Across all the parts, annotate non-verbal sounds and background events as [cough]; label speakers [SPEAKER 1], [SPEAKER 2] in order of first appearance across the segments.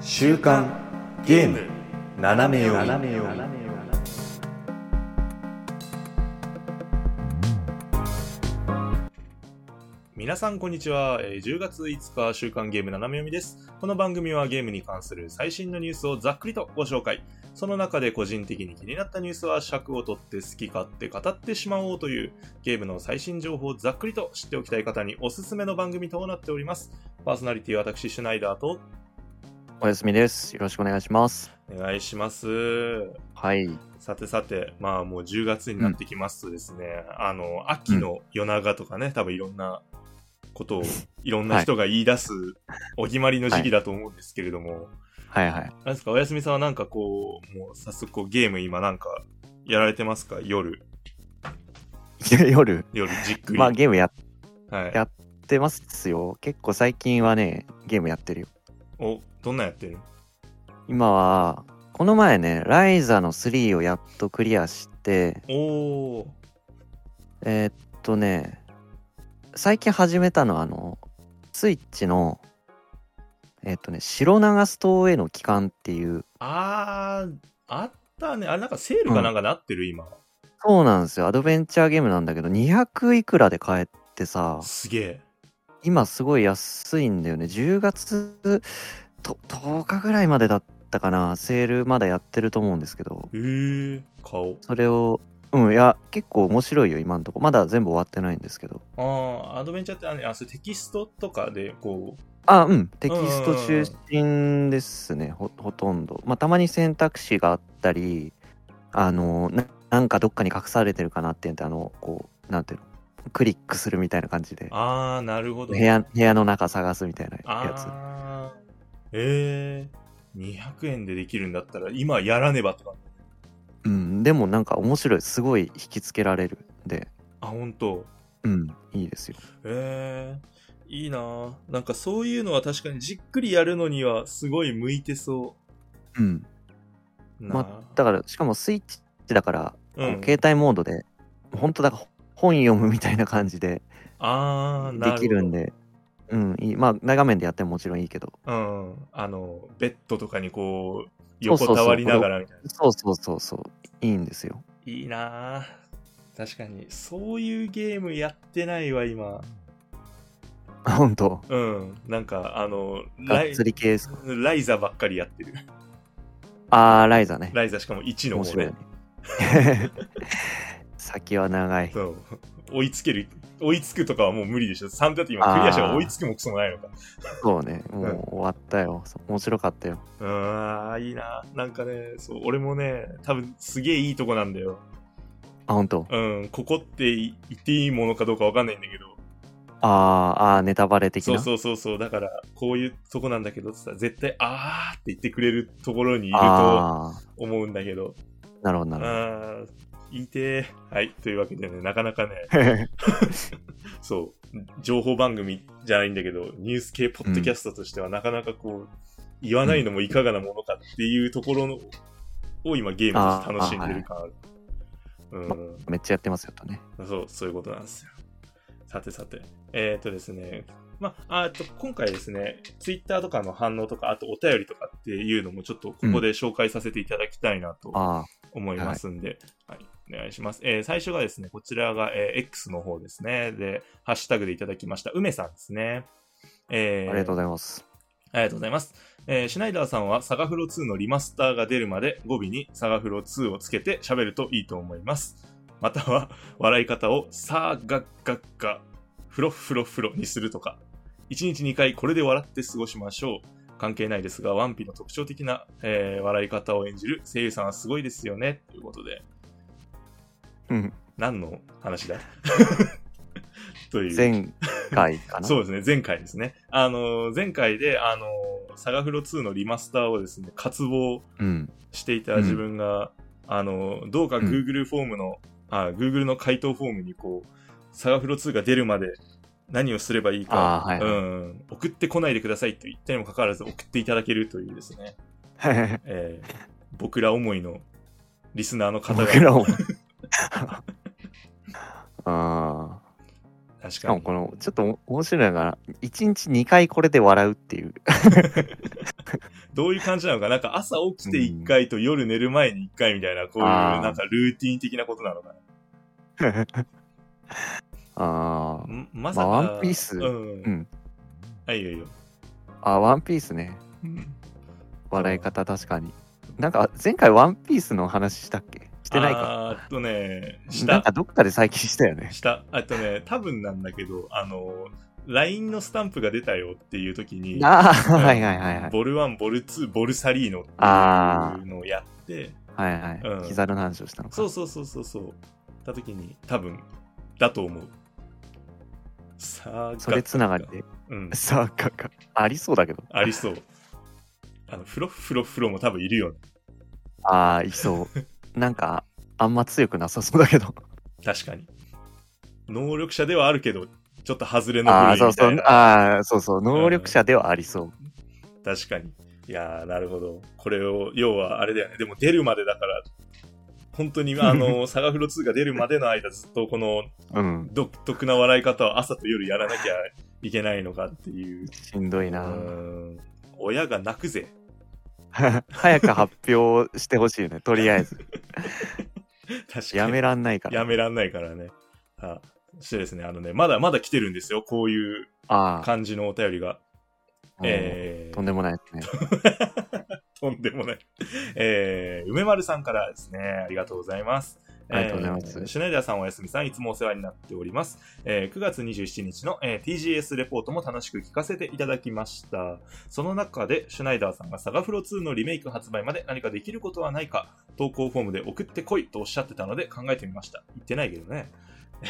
[SPEAKER 1] 週刊ゲーム斜め読み皆さんこんにちはえー10月5日週刊ゲーム斜め読みですこの番組はゲームに関する最新のニュースをざっくりとご紹介その中で個人的に気になったニュースは尺を取って好き勝手語ってしまおうというゲームの最新情報をざっくりと知っておきたい方におすすめの番組となっておりますパーソナリティは私シュナイダーと
[SPEAKER 2] おやすみです。よろしくお願いします。
[SPEAKER 1] お願いします
[SPEAKER 2] はい。
[SPEAKER 1] さてさて、まあもう10月になってきますとですね、あの、秋の夜長とかね、多分いろんなことを、いろんな人が言い出すお決まりの時期だと思うんですけれども、
[SPEAKER 2] はいはい。
[SPEAKER 1] なんですか、おやすみさんはなんかこう、もう早速こうゲーム今なんかやられてますか夜、
[SPEAKER 2] [laughs] 夜、
[SPEAKER 1] 夜じっくり。
[SPEAKER 2] まあゲームやっ
[SPEAKER 1] はい。
[SPEAKER 2] やてますよ。結構最近はね、ゲームやってるよ。
[SPEAKER 1] お、どんなんやってる
[SPEAKER 2] 今は、この前ね、ライザの3をやっとクリアして、
[SPEAKER 1] おー、
[SPEAKER 2] えーっとね、最近始めたのは、あの、スイッチの、えーっとね、白長ス島への帰還っていう、
[SPEAKER 1] あー、あったね。あれなんかセールかなんかなってる今。
[SPEAKER 2] そうなんですよ。アドベンチャーゲームなんだけど、200いくらで買えてさ、
[SPEAKER 1] すげえ。
[SPEAKER 2] 今すごい安いんだよね10月と10日ぐらいまでだったかなセールまだやってると思うんですけど
[SPEAKER 1] えー、顔。
[SPEAKER 2] それをうんいや結構面白いよ今んとこまだ全部終わってないんですけど
[SPEAKER 1] ああ、アドベンチャーってあれ、あ、それテキストとかで、こ
[SPEAKER 2] あうんテキスト中心ですねほほとんどまあたまに選択肢があったりあのななんかどっかに隠されてるかなっていうんであのこうなんていうのクリックするみたいな感じで
[SPEAKER 1] う、ああ、なるほど。
[SPEAKER 2] 部屋部屋の中探すみたいなやつ
[SPEAKER 1] ああ、ええ200円でできるんだったら、今やらねばとか。
[SPEAKER 2] うん、でもなんか面白いすごい引きつけられるんで
[SPEAKER 1] あ、本当
[SPEAKER 2] うんいいですよ
[SPEAKER 1] ええいいなーなんかそういうのは確かにじっくりやるのにはすごい向いてそ
[SPEAKER 2] うん
[SPEAKER 1] うな。
[SPEAKER 2] まだからしかもスイッチだから、
[SPEAKER 1] うん、
[SPEAKER 2] 携帯モードで本当だから本読むみたいな感じで
[SPEAKER 1] ああ、なる
[SPEAKER 2] で
[SPEAKER 1] ほど
[SPEAKER 2] きるん。でうんいいまあ長面でやってももちろんいいけど
[SPEAKER 1] うん。あの、ベッドとかにこう、
[SPEAKER 2] そうそう
[SPEAKER 1] 横
[SPEAKER 2] そう
[SPEAKER 1] たわりながらみたいな。
[SPEAKER 2] そうそうそうそういいんですよ
[SPEAKER 1] いいなあ確かに、そういうゲームやってないわ、今。
[SPEAKER 2] 本当
[SPEAKER 1] うん、なんか、あの、
[SPEAKER 2] が
[SPEAKER 1] ラ
[SPEAKER 2] っ
[SPEAKER 1] イ
[SPEAKER 2] つり系です
[SPEAKER 1] ライザばっかりやってる。
[SPEAKER 2] あーライザね
[SPEAKER 1] ライザしかも1の
[SPEAKER 2] 面
[SPEAKER 1] 方
[SPEAKER 2] 白い
[SPEAKER 1] ね
[SPEAKER 2] よ。ね
[SPEAKER 1] [laughs]
[SPEAKER 2] 先は長い
[SPEAKER 1] そう。追いつける、追いつくとかはもう無理でしょ。3だって今クリア者が追いつくもクソもないのか。
[SPEAKER 2] そうねもう終わったよそう面白かったよ
[SPEAKER 1] うーん、いいな。なんかね、そう、俺もね、多分すげえいいとこなんだよ。
[SPEAKER 2] あ本当
[SPEAKER 1] うん、ここってい言っていいものかどうかわかんないんだけど。
[SPEAKER 2] あーあーネタバレ的
[SPEAKER 1] そう
[SPEAKER 2] な
[SPEAKER 1] そうそうそう。だから、こういうとこなんだけどって言ったら、絶対、あーって言ってくれるところにいると
[SPEAKER 2] ああ
[SPEAKER 1] 思うんだけど。
[SPEAKER 2] ーなるほどなるほど
[SPEAKER 1] あー、言いてー。はい。というわけでね、なかなかね、そう、情報番組じゃないんだけど、ニュース系ポッドキャストとしてはなかなかこう、言わないのもいかがなものかっていうところの、を今ゲームとして楽しんでる感ある。
[SPEAKER 2] [laughs] めっちゃやってますよとね。
[SPEAKER 1] うん、そう、そういうことなんですよ。さてさて、えっ、ー、とですね、まあ、あーと今回ですね、ツイッターとかの反応とか、あとお便りとかっていうのもちょっとここで紹介させていただきたいなと
[SPEAKER 2] あ
[SPEAKER 1] 思いますんで、はいお願いします、えー最初がですね、こちらが、えー X の方ですね。で、ハッシュタグでいただきました、梅さんですね。え
[SPEAKER 2] あ、
[SPEAKER 1] ー
[SPEAKER 2] ありがとうございます。
[SPEAKER 1] ありがとうございます。えーシュナイダーさんはサガフロ2のリマスターが出るまで語尾にサガフロ2をつけて喋るといいと思います。または、笑い方をサーガッガッガ、フロフロフロにするとか、1日2回これで笑って過ごしましょう。関係ないですが、ワンピの特徴的な、えー笑い方を演じる声優さんはすごいですよね。ということで、
[SPEAKER 2] うん
[SPEAKER 1] 何の話だ [laughs] という。
[SPEAKER 2] 前回かな。
[SPEAKER 1] そうですね、前回ですね。あのー、前回で、あのー、サガフロ2のリマスターをですね、渇望
[SPEAKER 2] うん。
[SPEAKER 1] していた自分が、あのー、どうか
[SPEAKER 2] うん
[SPEAKER 1] Google フォームの、あ、Google の回答フォームにこう、サガフロ2が出るまで何をすればいいか、
[SPEAKER 2] ああ、はい。
[SPEAKER 1] うん、送ってこないでくださいと言ったにもかかわらず送っていただけるというですね、えー僕ら思いのリスナーの方が、
[SPEAKER 2] [laughs] 僕らも。ああ。
[SPEAKER 1] 確
[SPEAKER 2] し
[SPEAKER 1] か
[SPEAKER 2] かも
[SPEAKER 1] に。
[SPEAKER 2] この、ちょっと面白いのが、1日2回これで笑うっていう。
[SPEAKER 1] どういう感じなのか、なんか朝起きて1回と夜寝る前に1回みたいな、こういう
[SPEAKER 2] あー
[SPEAKER 1] なんかルーティン的なことなのか
[SPEAKER 2] [laughs]
[SPEAKER 1] な。
[SPEAKER 2] あー
[SPEAKER 1] んまさか。
[SPEAKER 2] まあワンピース
[SPEAKER 1] うん。う
[SPEAKER 2] うんん、
[SPEAKER 1] あ、いいよいいよ。
[SPEAKER 2] あ、ワンピースね。
[SPEAKER 1] うん
[SPEAKER 2] 笑い方確かに。なんか前回ワンピースの話したっけしてないか。
[SPEAKER 1] あーっとね、し
[SPEAKER 2] なん
[SPEAKER 1] た
[SPEAKER 2] か、どっかで最近したよね。
[SPEAKER 1] した。あとね、多分なんだけど、あの、LINE のスタンプが出たよっていう時に、
[SPEAKER 2] ああ、
[SPEAKER 1] うん
[SPEAKER 2] はいはいはいはい。
[SPEAKER 1] ボル1、ボル2、ボルサリーノって
[SPEAKER 2] あ
[SPEAKER 1] いうのをやって、
[SPEAKER 2] はいはい。
[SPEAKER 1] うん
[SPEAKER 2] 膝の話をしたのか。
[SPEAKER 1] そうそうそうそうそう。たときに、多分だと思う。さあ、
[SPEAKER 2] それつながりで。
[SPEAKER 1] うん、
[SPEAKER 2] さあ、かか。ありそうだけど。
[SPEAKER 1] ありそう。あの、フロフロフロも多分いるよね。
[SPEAKER 2] ああ、いそう。 [laughs] なんか、あんま強くなさそう
[SPEAKER 1] [laughs]
[SPEAKER 2] だけど。
[SPEAKER 1] 確かに。能力者ではあるけど、ちょっと外れの
[SPEAKER 2] ああ、
[SPEAKER 1] 部類
[SPEAKER 2] そう
[SPEAKER 1] みた
[SPEAKER 2] そ。
[SPEAKER 1] いうな。
[SPEAKER 2] ああ、そうそう。能力者ではありそう。
[SPEAKER 1] 確かに。いやー、なるほど。これを、要はあれだよね。でも出るまでだから、本当
[SPEAKER 2] [laughs]
[SPEAKER 1] に、あの、サガフロ2が出るまでの間、ずっとこの
[SPEAKER 2] うん。
[SPEAKER 1] 独特な笑い方を朝と夜やらなきゃいけないのかっていう。
[SPEAKER 2] しんどいうな。
[SPEAKER 1] ん。親が泣くぜ。
[SPEAKER 2] [laughs] 早く発表して
[SPEAKER 1] [laughs]
[SPEAKER 2] ほしいね。とりあえず。
[SPEAKER 1] 確かに。
[SPEAKER 2] やめらんないから。
[SPEAKER 1] やめらんないからね。あそしてですね、あのね、まだまだ来てるんですよ、こういう
[SPEAKER 2] ああ、
[SPEAKER 1] 感じのお便りが。
[SPEAKER 2] うん
[SPEAKER 1] えー
[SPEAKER 2] とんでもないですね。
[SPEAKER 1] [laughs] とんでもない。えー梅丸さんからですね、ありがとうございます。
[SPEAKER 2] ありがとうございます
[SPEAKER 1] えーシュナイダーさんおやすみさん、いつもお世話になっております。えー9月27日の、えー TGS レポートも楽しく聞かせていただきました。その中で、シュナイダーさんがサガフロ2のリメイク発売まで何かできることはないか、投稿フォームで送ってこいとおっしゃってたので考えてみました。言ってないけどね。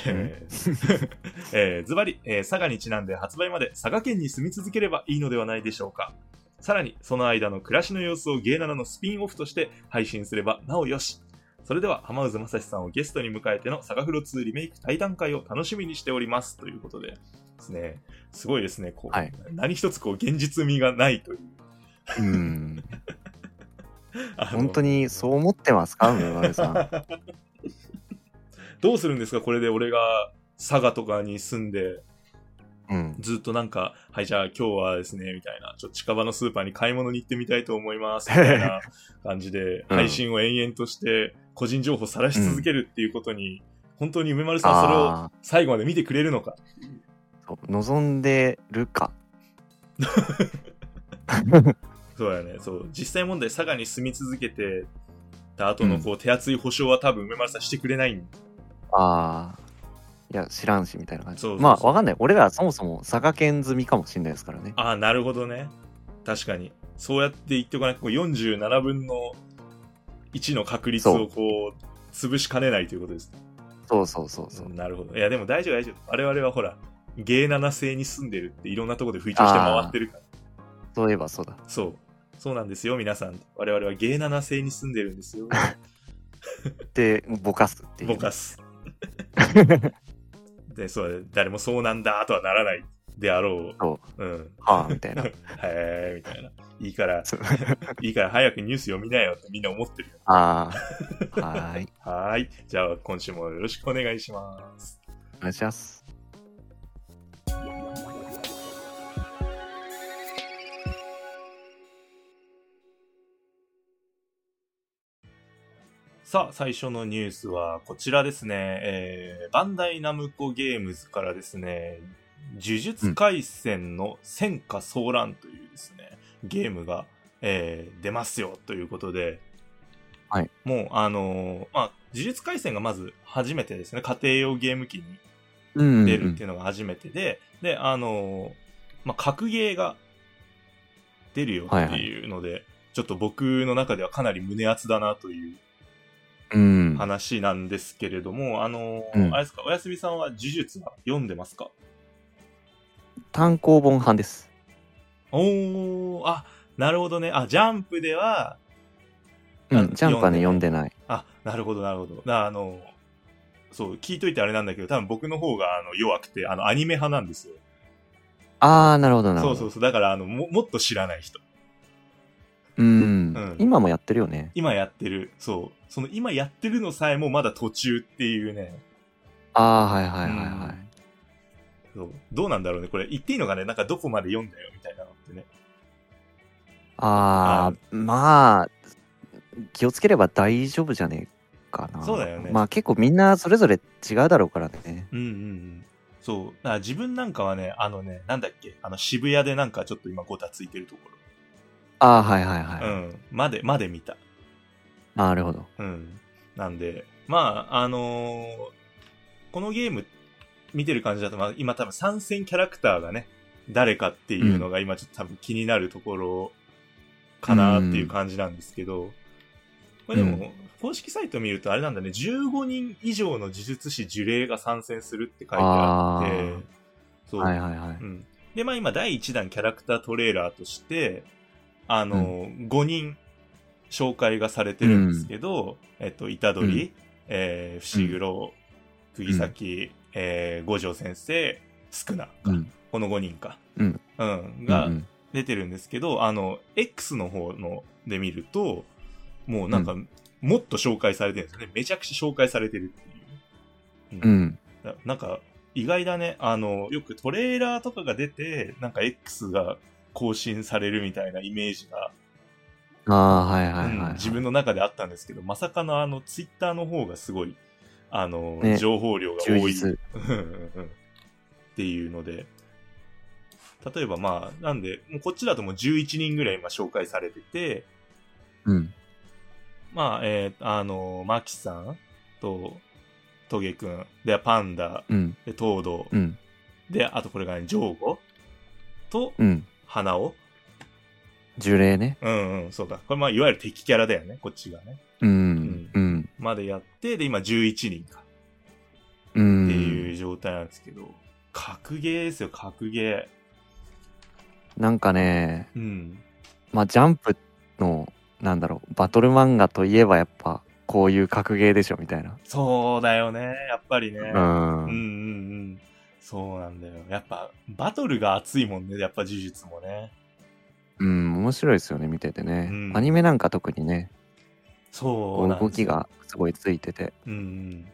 [SPEAKER 1] えー [laughs] えーズバリ、えー佐賀にちなんで発売まで佐賀県に住み続ければいいのではないでしょうか。さらに、その間の暮らしの様子をゲイナナのスピンオフとして配信すればなおよし。それでは、浜渦正史さんをゲストに迎えてのサガフロ2リメイク対談会を楽しみにしております。ということでですね、すごいですね、こう、
[SPEAKER 2] はい
[SPEAKER 1] 何一つこう現実味がないという。
[SPEAKER 2] うん。
[SPEAKER 1] あの
[SPEAKER 2] 本当にそう思ってますか梅丸さん。
[SPEAKER 1] どうするんですかこれで俺が佐賀とかに住んで、
[SPEAKER 2] うん。
[SPEAKER 1] ずっとなんか、はい、じゃあ今日はですね、みたいな、ちょっと近場のスーパーに買い物に行ってみたいと思います、みたい
[SPEAKER 2] [laughs]
[SPEAKER 1] な感じで、
[SPEAKER 2] うん
[SPEAKER 1] 配信を延々として、個人情報さらし続けるっていうことに、本当に梅丸 [laughs] さんそれを
[SPEAKER 2] あ
[SPEAKER 1] 最後まで見てくれるのか。
[SPEAKER 2] あそう望んでるか。
[SPEAKER 1] そうだね、そう。実際問題、佐賀に住み続けてた後のこう、手厚い保証は多分梅丸さんしてくれないん
[SPEAKER 2] ああ。いや、知らんし、みたいな感じ。
[SPEAKER 1] そうそうそう
[SPEAKER 2] まあ、わかんない。俺らそもそも佐賀県済みかもしれないですからね。
[SPEAKER 1] ああ、なるほどね。確かに。そうやって言っておかないと、こう47分の1の確率
[SPEAKER 2] そ
[SPEAKER 1] を
[SPEAKER 2] う
[SPEAKER 1] こう、潰しかねないということですね。
[SPEAKER 2] そうそうそうそう。
[SPEAKER 1] なるほど。いや、でも大丈夫、大丈夫。我々はほら、ゲイナナ性に住んでるって、いろんなところで吹聴して回ってるから。
[SPEAKER 2] そういえばそうだ。
[SPEAKER 1] そう。そうなんですよ、皆さん。我々はゲイナナ性に住んでるんです
[SPEAKER 2] [laughs]
[SPEAKER 1] よ。
[SPEAKER 2] で、ぼかすっていう。
[SPEAKER 1] ぼかす。
[SPEAKER 2] [laughs]
[SPEAKER 1] で、そう、誰もそうなんだとはならないであろう。。
[SPEAKER 2] そ
[SPEAKER 1] う
[SPEAKER 2] う
[SPEAKER 1] ん。
[SPEAKER 2] はあ、みた
[SPEAKER 1] [laughs]
[SPEAKER 2] いな。
[SPEAKER 1] へーみたいな。いいから、
[SPEAKER 2] そう
[SPEAKER 1] いいから早くニュース読みなよってみんな思ってるよ。
[SPEAKER 2] ああ。はーい。
[SPEAKER 1] はーい。じゃあ、今週もよろしくお願いします。
[SPEAKER 2] お願いします。
[SPEAKER 1] さあ、最初のニュースはこちらですね。えー、バンダイナムコゲームズからですね、呪術廻戦の戦火騒乱というですね、ゲームが、えー出ますよということで、
[SPEAKER 2] はい
[SPEAKER 1] もう、あのーまあ、呪術廻戦がまず初めてですね、家庭用ゲーム機に
[SPEAKER 2] うん
[SPEAKER 1] 出るっていうのが初めてで、で、あのーまあ、格ゲーが出るよっていうので、ちょっと僕の中ではかなり胸熱だなという
[SPEAKER 2] うん。
[SPEAKER 1] 話なんですけれども、あのー
[SPEAKER 2] うん
[SPEAKER 1] あれですか、おやすみさんは呪術は読んでますか
[SPEAKER 2] 単行本版です。
[SPEAKER 1] おー、あ、なるほどね。あ、ジャンプでは、
[SPEAKER 2] う
[SPEAKER 1] あ
[SPEAKER 2] ん。ジャンプはね、
[SPEAKER 1] 読
[SPEAKER 2] 読
[SPEAKER 1] ん
[SPEAKER 2] ん
[SPEAKER 1] で
[SPEAKER 2] でない。
[SPEAKER 1] あ、なるほど、なるほど。なあのーそう、聞いといてあれなんだけど、多分僕の方があの弱くて、あの、アニメ派なんですよ。
[SPEAKER 2] ああ、なるほど、なる
[SPEAKER 1] そ
[SPEAKER 2] ほ
[SPEAKER 1] う
[SPEAKER 2] ど。
[SPEAKER 1] そうそう。だから、あの、ももっと知らない人。
[SPEAKER 2] うん
[SPEAKER 1] うん
[SPEAKER 2] 今もやってるよね。
[SPEAKER 1] 今やってる、そう。その今やってるのさえもまだ途中っていうね。
[SPEAKER 2] ああ、はいはいはいは
[SPEAKER 1] う
[SPEAKER 2] い。
[SPEAKER 1] そうどうなんだろうね。これ言っていいのかねなんかどこまで読んだよみたいなのってね。
[SPEAKER 2] ああまあ気をつければ大丈夫じゃねえかな
[SPEAKER 1] そうだよね
[SPEAKER 2] まあ結構みんなそれぞれ違うだろうからね
[SPEAKER 1] うんうんうん。そう。だから自分なんかはね、あのね、なんだっけ、あの渋谷でなんかちょっと今ごたついてるとこ
[SPEAKER 2] ああはいはいはい、
[SPEAKER 1] ろ。うん。まで、まで見た。
[SPEAKER 2] なるほど
[SPEAKER 1] うん。なんで、まあ、あのーこのゲーム見てる感じだと、まあ、今多分参戦キャラクターがね、誰かっていうのが今ちょっと多分気になるところかなっていう感じなんですけど、これでも、
[SPEAKER 2] う
[SPEAKER 1] 公式サイト見るとあれなんだね、15人以上の呪術師呪霊が参戦するって書いてあっ
[SPEAKER 2] あ
[SPEAKER 1] て
[SPEAKER 2] ー、
[SPEAKER 1] そう、
[SPEAKER 2] はいはいは
[SPEAKER 1] う
[SPEAKER 2] い
[SPEAKER 1] ん。で、まあ今第1弾キャラクタートレーラーとして、あの、5人紹介がされてるんですけど、えっと、イタドリ、
[SPEAKER 2] う
[SPEAKER 1] えー、伏黒、釘崎、えー、五条先生、宿儺か、
[SPEAKER 2] うん
[SPEAKER 1] この5人か。
[SPEAKER 2] うん。
[SPEAKER 1] うん。
[SPEAKER 2] う
[SPEAKER 1] が
[SPEAKER 2] ん
[SPEAKER 1] 出てるんですけど、あの、X の方ので見ると、もうなんか、もっと紹介されてるんですよね。めちゃくちゃ紹介されてるっていう。
[SPEAKER 2] うん、うん
[SPEAKER 1] ななんか意外だねあのよくトレーラーとかが出てなんか X が更新されるみたいなイメージが、
[SPEAKER 2] ああーはいはいは
[SPEAKER 1] う
[SPEAKER 2] い、
[SPEAKER 1] ん自分の中であったんですけどまさかのあのツイッターの方がすごいあの、
[SPEAKER 2] ね
[SPEAKER 1] 情報量が多
[SPEAKER 2] 充
[SPEAKER 1] い
[SPEAKER 2] 実
[SPEAKER 1] うんうんうんっていうので例えばまあなんでもうこっちだともう11人ぐらい今紹介されてて、
[SPEAKER 2] うん
[SPEAKER 1] まあ、えーあのマキさんとトゲくんでパンダ
[SPEAKER 2] うん
[SPEAKER 1] で東堂、
[SPEAKER 2] うん
[SPEAKER 1] で、あとこれがね、ジョーゴと
[SPEAKER 2] うん
[SPEAKER 1] 花尾。
[SPEAKER 2] 呪霊ね
[SPEAKER 1] うんうん、そうか。これまあ、いわゆる敵キャラだよね、こっちがね。
[SPEAKER 2] うんうん
[SPEAKER 1] までやって、で、今11人か。
[SPEAKER 2] う
[SPEAKER 1] っ
[SPEAKER 2] ん
[SPEAKER 1] ていう状態なんですけど、格ゲーですよ、格ゲ
[SPEAKER 2] なんかね
[SPEAKER 1] ー。うん。
[SPEAKER 2] まあジャンプのなんだろうバトル漫画といえばやっぱこういう格ゲーでしょみたいな
[SPEAKER 1] そうだよね、やっぱりね。
[SPEAKER 2] うん、
[SPEAKER 1] うんうんうん。そうなんだよ。やっぱ、バトルが熱いもんね、やっぱ呪術もね。
[SPEAKER 2] うん、面白いですよね見ててね、
[SPEAKER 1] うん
[SPEAKER 2] アニメなんか特にね
[SPEAKER 1] そう
[SPEAKER 2] こ
[SPEAKER 1] なんです
[SPEAKER 2] う
[SPEAKER 1] よ
[SPEAKER 2] 動きがすごいついてて
[SPEAKER 1] うんうん。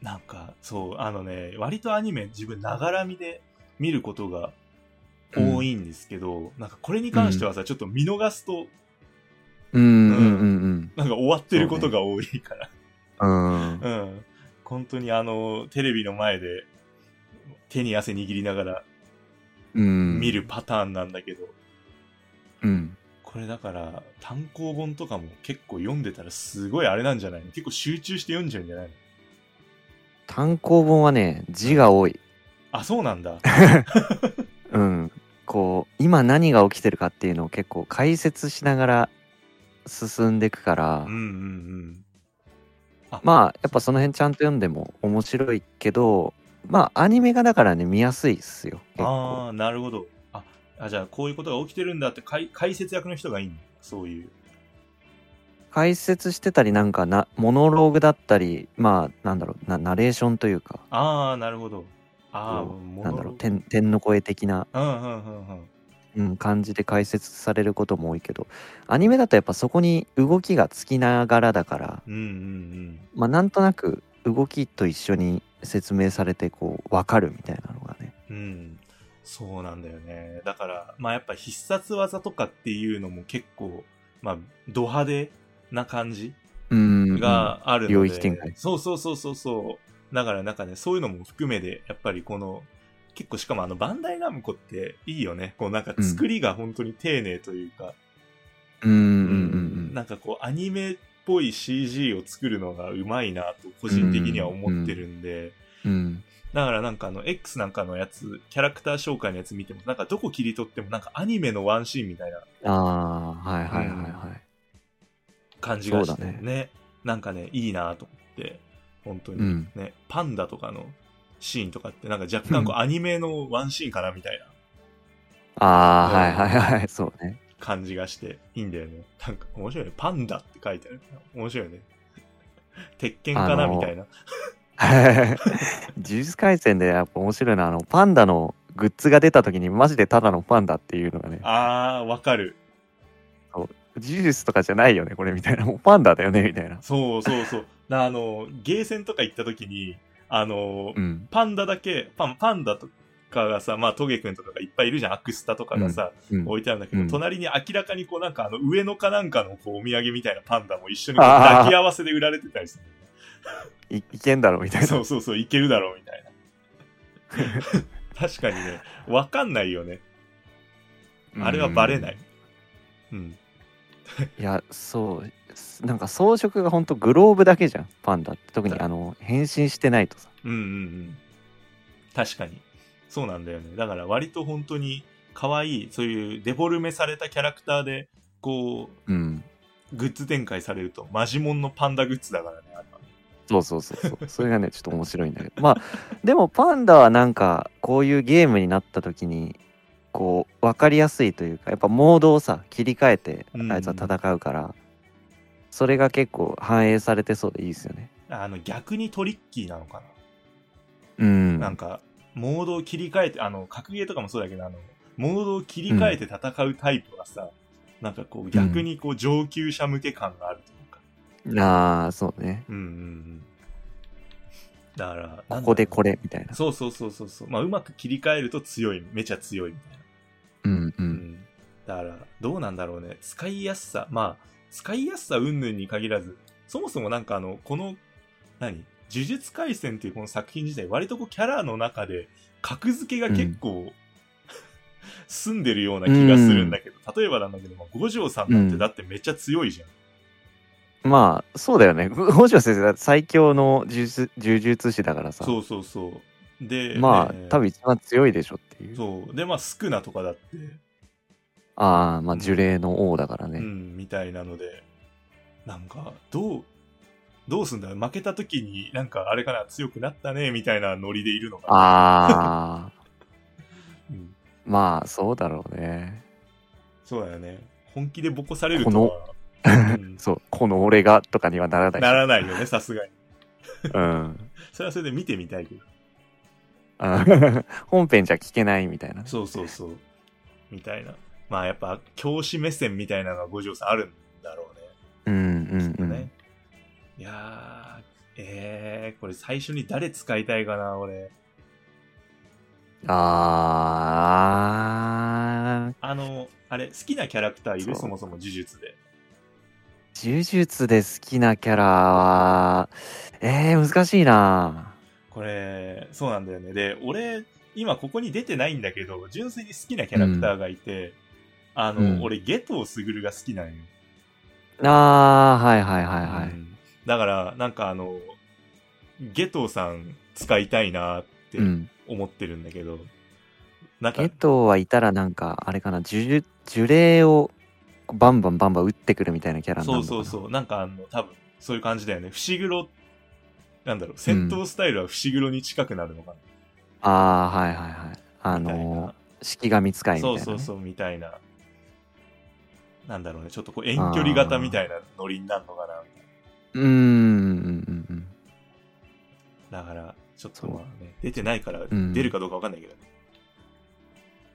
[SPEAKER 1] なんか、そう、あのね、割とアニメ自分ながら見で見ることが多いんですけど、なんかこれに関してはさ、ちょっと見逃すと、
[SPEAKER 2] うんうんうん
[SPEAKER 1] なんか終わってることが多いから。
[SPEAKER 2] うん、うん、
[SPEAKER 1] うん。本当にあの、テレビの前で手に汗握りながら
[SPEAKER 2] うん、
[SPEAKER 1] 見るパターンなんだけど、
[SPEAKER 2] うん
[SPEAKER 1] これだから単行本とかも結構読んでたらすごいあれなんじゃないの結構集中して読んじゃうんじゃないの
[SPEAKER 2] 単行本はね字が多い
[SPEAKER 1] あ、そうなん
[SPEAKER 2] [laughs]
[SPEAKER 1] だ。
[SPEAKER 2] うんこう今何が起きてるかっていうのを結構解説しながら進んでいくから、
[SPEAKER 1] うんうんうん。
[SPEAKER 2] まあやっぱその辺ちゃんと読んでも面白いけどまあアニメがだからね見やすいっすよ結構
[SPEAKER 1] ああ、なるほど。あ、あじゃあ、こういうことが起きてるんだって解解説役の人がいいんだ。そういう。
[SPEAKER 2] 解説してたりなんかなモノローグだったりまあなんだろうなナレーションというか
[SPEAKER 1] ああ、なるほど。ああ、
[SPEAKER 2] こう
[SPEAKER 1] も
[SPEAKER 2] なんだろう天天の声的な、
[SPEAKER 1] うんうんうんうん。
[SPEAKER 2] うん、感じで解説されることも多いけどアニメだとやっぱそこに動きがつきながらだから、
[SPEAKER 1] うんうん
[SPEAKER 2] まあ、なんとなく動きと一緒に説明されてこう分かるみたいなのがね
[SPEAKER 1] うん。うん。そうなんだよね。だから、まあやっぱ必殺技とかっていうのも結構、まあ、ド派手な感じ
[SPEAKER 2] うん
[SPEAKER 1] があるので、
[SPEAKER 2] 領域展開
[SPEAKER 1] そうそうそうそうそう。だからなんかね、そういうのも含めで、やっぱりこの、結構しかもあのバンダイナムコっていいよね。こうなんか作りが本当に丁寧というか、
[SPEAKER 2] うんうんうん
[SPEAKER 1] なんかこうアニメっぽい CG を作るのがうまいなと個人的には思ってるんで、
[SPEAKER 2] うんうん
[SPEAKER 1] だからなんかあの X なんかのやつキャラクター紹介のやつ見てもなんかどこ切り取ってもなんかアニメのワンシーンみたいな
[SPEAKER 2] ああはいはいはいはい、
[SPEAKER 1] 感じがして
[SPEAKER 2] そう
[SPEAKER 1] ね
[SPEAKER 2] だ
[SPEAKER 1] なんかねいいなと思って本当に
[SPEAKER 2] うん
[SPEAKER 1] ね、パンダとかのシーンとかってなんか若干こうアニメのワンシーンかなみたいな
[SPEAKER 2] ああはいはいはいそうね [laughs]
[SPEAKER 1] 感じがしていいんだよねなんか面白いねパンダって書いてある面白いね鉄拳かな
[SPEAKER 2] あのー
[SPEAKER 1] みたいな
[SPEAKER 2] 呪術廻戦でやっぱ面白いのはあのパンダのグッズが出た時にマジでただのパンダっていうのがね
[SPEAKER 1] あーわかる
[SPEAKER 2] 呪術とかじゃないよねこれみたいなもうパンダだよねみたいな
[SPEAKER 1] そうそうそう。なあの、ゲーセンとか行った時に、あの、
[SPEAKER 2] うん
[SPEAKER 1] パンダだけ、パン、パンダとかがさ、まあ、トゲくんとかがいっぱいいるじゃん、アクスタとかがさ、
[SPEAKER 2] うん
[SPEAKER 1] 置いてあるんだけど、
[SPEAKER 2] うん
[SPEAKER 1] 隣に明らかにこうなんかあの上野かなんかのこうお土産みたいなパンダも一緒にこう抱き合わせで売られてたりす
[SPEAKER 2] [laughs] いいけんだろみたい
[SPEAKER 1] る。
[SPEAKER 2] な
[SPEAKER 1] そうそうそう、いけるだろうみたいな。確かにね、わかんないよね。あれはバレない。うん。
[SPEAKER 2] いやそうすなんか装飾がほんとグローブだけじゃんパンダって特にあの変身してないとさ
[SPEAKER 1] うんうんうん。確かに。そうなんだよね。だから割と本当に可愛い、そういうデフォルメされたキャラクターで、こ
[SPEAKER 2] うん
[SPEAKER 1] う、グッズ展開されると、マジモンのパンダグッズだからね、あれは
[SPEAKER 2] そうそうそうそう [laughs] それがねちょっと面白いんだけどまあでもパンダはなんかこういうゲームになった時にこう分かりやすいというかやっぱモードをさ切り替えて
[SPEAKER 1] うん
[SPEAKER 2] あいつは戦うから、それが結構反映されてそうでいいですよね
[SPEAKER 1] あの逆にトリッキーなのかな。
[SPEAKER 2] うん
[SPEAKER 1] なんか、モードを切り替えて、あの、格ゲーとかもそうだけど、あの、モードを切り替えて戦うタイプはさ、なんかこう、逆にこう、上級者向け感があるというか。
[SPEAKER 2] ああそうね
[SPEAKER 1] うんうんうん。だから、なんだろう
[SPEAKER 2] ここでこれみたいな
[SPEAKER 1] そうそうそうそうそう。まあ、うまく切り替えると強い、めちゃ強いみたいな。
[SPEAKER 2] うんう
[SPEAKER 1] うんん。だから、どうなんだろうね。使いやすさ、まあ、使いやすさ云々に限らず、そもそもなんかあの、この、何呪術廻戦っていうこの作品自体、割とこうキャラの中で、格付けが結構、 [laughs] 住んでるような気がするんだけど、例えばなんだけど、まあ五条さんなんてだってめっちゃ強いじゃん。
[SPEAKER 2] まあそうだよね [laughs] 北条先生だって最強の呪術呪術師だからさ
[SPEAKER 1] そうそうそう。で、
[SPEAKER 2] まあ、
[SPEAKER 1] ね
[SPEAKER 2] 多分一番強いでしょっていう。
[SPEAKER 1] そう。で、まあ、スクナとかだって、
[SPEAKER 2] ああ、まあ、呪霊の王だからね。
[SPEAKER 1] うん、みたいなので、なんか、どう、どうすんだ負けた時に、なんか、あれかな、強くなったね、みたいなノリでいるのかな。
[SPEAKER 2] ああ、
[SPEAKER 1] うん
[SPEAKER 2] まあ、そうだろうね。
[SPEAKER 1] そうだよね。本気でボコされるとは、うん
[SPEAKER 2] [laughs] そう、この俺がとかにはならない。
[SPEAKER 1] ならないよね、さすがに。
[SPEAKER 2] うん。
[SPEAKER 1] それはそれで見てみたいけど。
[SPEAKER 2] あ
[SPEAKER 1] [laughs]
[SPEAKER 2] 本編じゃ聞けないみたいな。
[SPEAKER 1] そうそうそう。みたいな。まあ、やっぱ、教師目線みたいなのが五条さんあるんだろうね。
[SPEAKER 2] うんう
[SPEAKER 1] きっと
[SPEAKER 2] んうん
[SPEAKER 1] ね。。いやー、えー、これ最初に誰使いたいかな、俺。
[SPEAKER 2] ああ、
[SPEAKER 1] あの、あれ、好きなキャラクターいる
[SPEAKER 2] そう
[SPEAKER 1] そもそも呪術で。
[SPEAKER 2] 呪術で好きなキャラは、えー、難しいな。
[SPEAKER 1] これ、そうなんだよね。で、俺、今ここに出てないんだけど、純粋に好きなキャラクターがいて、あの、
[SPEAKER 2] うん
[SPEAKER 1] 俺、ゲトウスグルが好きなんよ。
[SPEAKER 2] ああ、はいはいはいは
[SPEAKER 1] う
[SPEAKER 2] い。
[SPEAKER 1] んだから、なんかあの、ゲトウさん使いたいなって
[SPEAKER 2] うん。
[SPEAKER 1] 思ってるんだけど、なんか
[SPEAKER 2] ゲ、トはいたらなんかあれかな呪術呪霊をバンバンバンバン打ってくるみたいなキャラにな
[SPEAKER 1] そ
[SPEAKER 2] る
[SPEAKER 1] う
[SPEAKER 2] のか
[SPEAKER 1] そ
[SPEAKER 2] な
[SPEAKER 1] うそう、なんかあの、多分、そういう感じだよね。伏黒、なんだろう、戦闘スタイルは伏黒に近くなるのかな。
[SPEAKER 2] ああはいはいはいあ
[SPEAKER 1] みたい
[SPEAKER 2] の
[SPEAKER 1] な
[SPEAKER 2] ー式神使いみたい
[SPEAKER 1] そう
[SPEAKER 2] なね、
[SPEAKER 1] そうそうみたいななんだろうねちょっとこう遠距離型みたいなノリになるのかなみたいう
[SPEAKER 2] ーんうんうん
[SPEAKER 1] なだからちょっと
[SPEAKER 2] そう
[SPEAKER 1] まあね出てないから
[SPEAKER 2] ん
[SPEAKER 1] 出るかどうかわかんないけどね、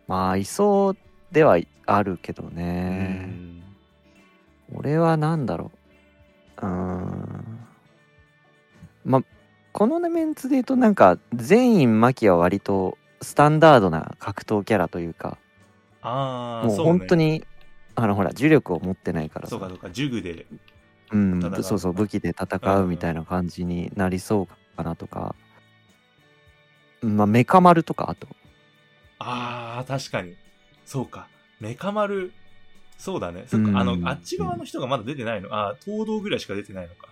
[SPEAKER 2] まあいそうではいあるけど
[SPEAKER 1] う
[SPEAKER 2] ね、
[SPEAKER 1] ん
[SPEAKER 2] 俺はなんだろううーんまあこのメンツで言うとなんか全員マキは割とスタンダードな格闘キャラというか
[SPEAKER 1] ああ
[SPEAKER 2] もう
[SPEAKER 1] そう、ね、
[SPEAKER 2] 本当にあのほら呪力を持ってないからさ
[SPEAKER 1] そうかそうかジュグで
[SPEAKER 2] うん
[SPEAKER 1] 戦う、
[SPEAKER 2] そうそう武器で戦うみたいな感じになりそうかなとか、まあメカ丸とかあと
[SPEAKER 1] ああ確かにそうかメカ丸そうだねそっか、
[SPEAKER 2] うん
[SPEAKER 1] あのあっち側の人がまだ出てないのああ東堂ぐらいしか出てないのか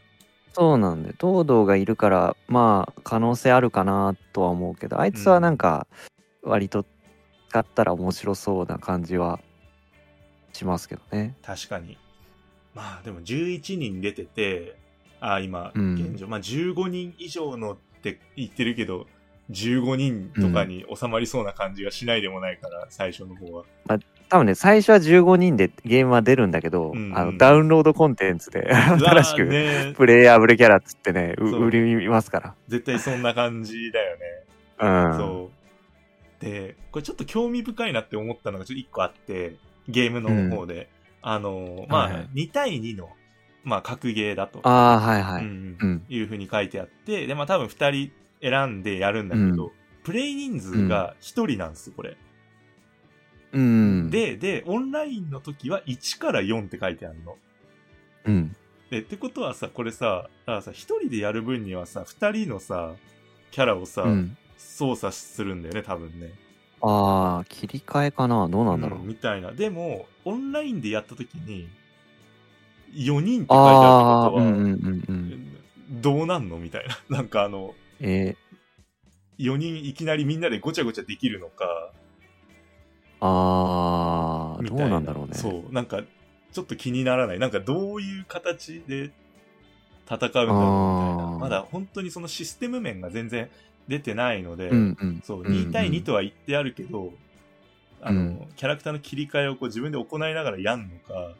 [SPEAKER 2] そうなんで東堂がいるからまあ可能性あるかなとは思うけどあいつはなんか割と使ったら面白そうな感じはしますけどね
[SPEAKER 1] 確かにまあでも11人出ててあ今
[SPEAKER 2] うん
[SPEAKER 1] 現状、まあ15人以上のって言ってるけど15人とかに収まりそうな感じがしないでもないから、最初の方は
[SPEAKER 2] 多分ね最初は15人でゲームは出るんだけど、
[SPEAKER 1] うん
[SPEAKER 2] あのダウンロードコンテンツで [laughs] 新し
[SPEAKER 1] うわ
[SPEAKER 2] く
[SPEAKER 1] ーね
[SPEAKER 2] プレイヤブルキャラっつってねう
[SPEAKER 1] そう
[SPEAKER 2] 売りますか
[SPEAKER 1] 絶対そんな感じだよね、
[SPEAKER 2] らうん
[SPEAKER 1] そうでこれちょっと興味深いなって思ったのがちょっと1個あってゲームの方で、あのまあ、
[SPEAKER 2] はいはい
[SPEAKER 1] 2対2のまあ格ゲーだと
[SPEAKER 2] ああはいは
[SPEAKER 1] う
[SPEAKER 2] い
[SPEAKER 1] んうん
[SPEAKER 2] うん
[SPEAKER 1] いうふうに書いてあってでまあ多分2人選んでやるんだけど、プレイ人数が1人なんですよ、これ。
[SPEAKER 2] うん、、
[SPEAKER 1] で、で、オンラインの時は1から4って書いてあるの。
[SPEAKER 2] うん、
[SPEAKER 1] で、ってことはさ、これさ、だからさ、1人でやる分にはさ、2人のさ、キャラをさ、
[SPEAKER 2] うん、
[SPEAKER 1] 操作するんだよね、多分ね。
[SPEAKER 2] ああ切り替えかなどうなんだろう、
[SPEAKER 1] うんみたいな。でも、オンラインでやった時に、4人って書いてあ
[SPEAKER 2] あ
[SPEAKER 1] るって
[SPEAKER 2] あ
[SPEAKER 1] ことは、
[SPEAKER 2] うんうんうんうん
[SPEAKER 1] どうなんのみたいな。なんかあの、
[SPEAKER 2] えー、
[SPEAKER 1] 4人いきなりみんなでごちゃごちゃできるのか、
[SPEAKER 2] ああ
[SPEAKER 1] み
[SPEAKER 2] ど
[SPEAKER 1] た
[SPEAKER 2] う
[SPEAKER 1] いな。
[SPEAKER 2] なんだろうね
[SPEAKER 1] そう、なんか、ちょっと気にならない。なんか、どういう形で戦うんだろうみたいな
[SPEAKER 2] あー。
[SPEAKER 1] まだ本当にそのシステム面が全然出てないので、
[SPEAKER 2] うんうん
[SPEAKER 1] そう、
[SPEAKER 2] うんうん
[SPEAKER 1] 2対2とは言ってあるけど、あの、
[SPEAKER 2] うん
[SPEAKER 1] キャラクターの切り替えをこう自分で行いながらやんのか、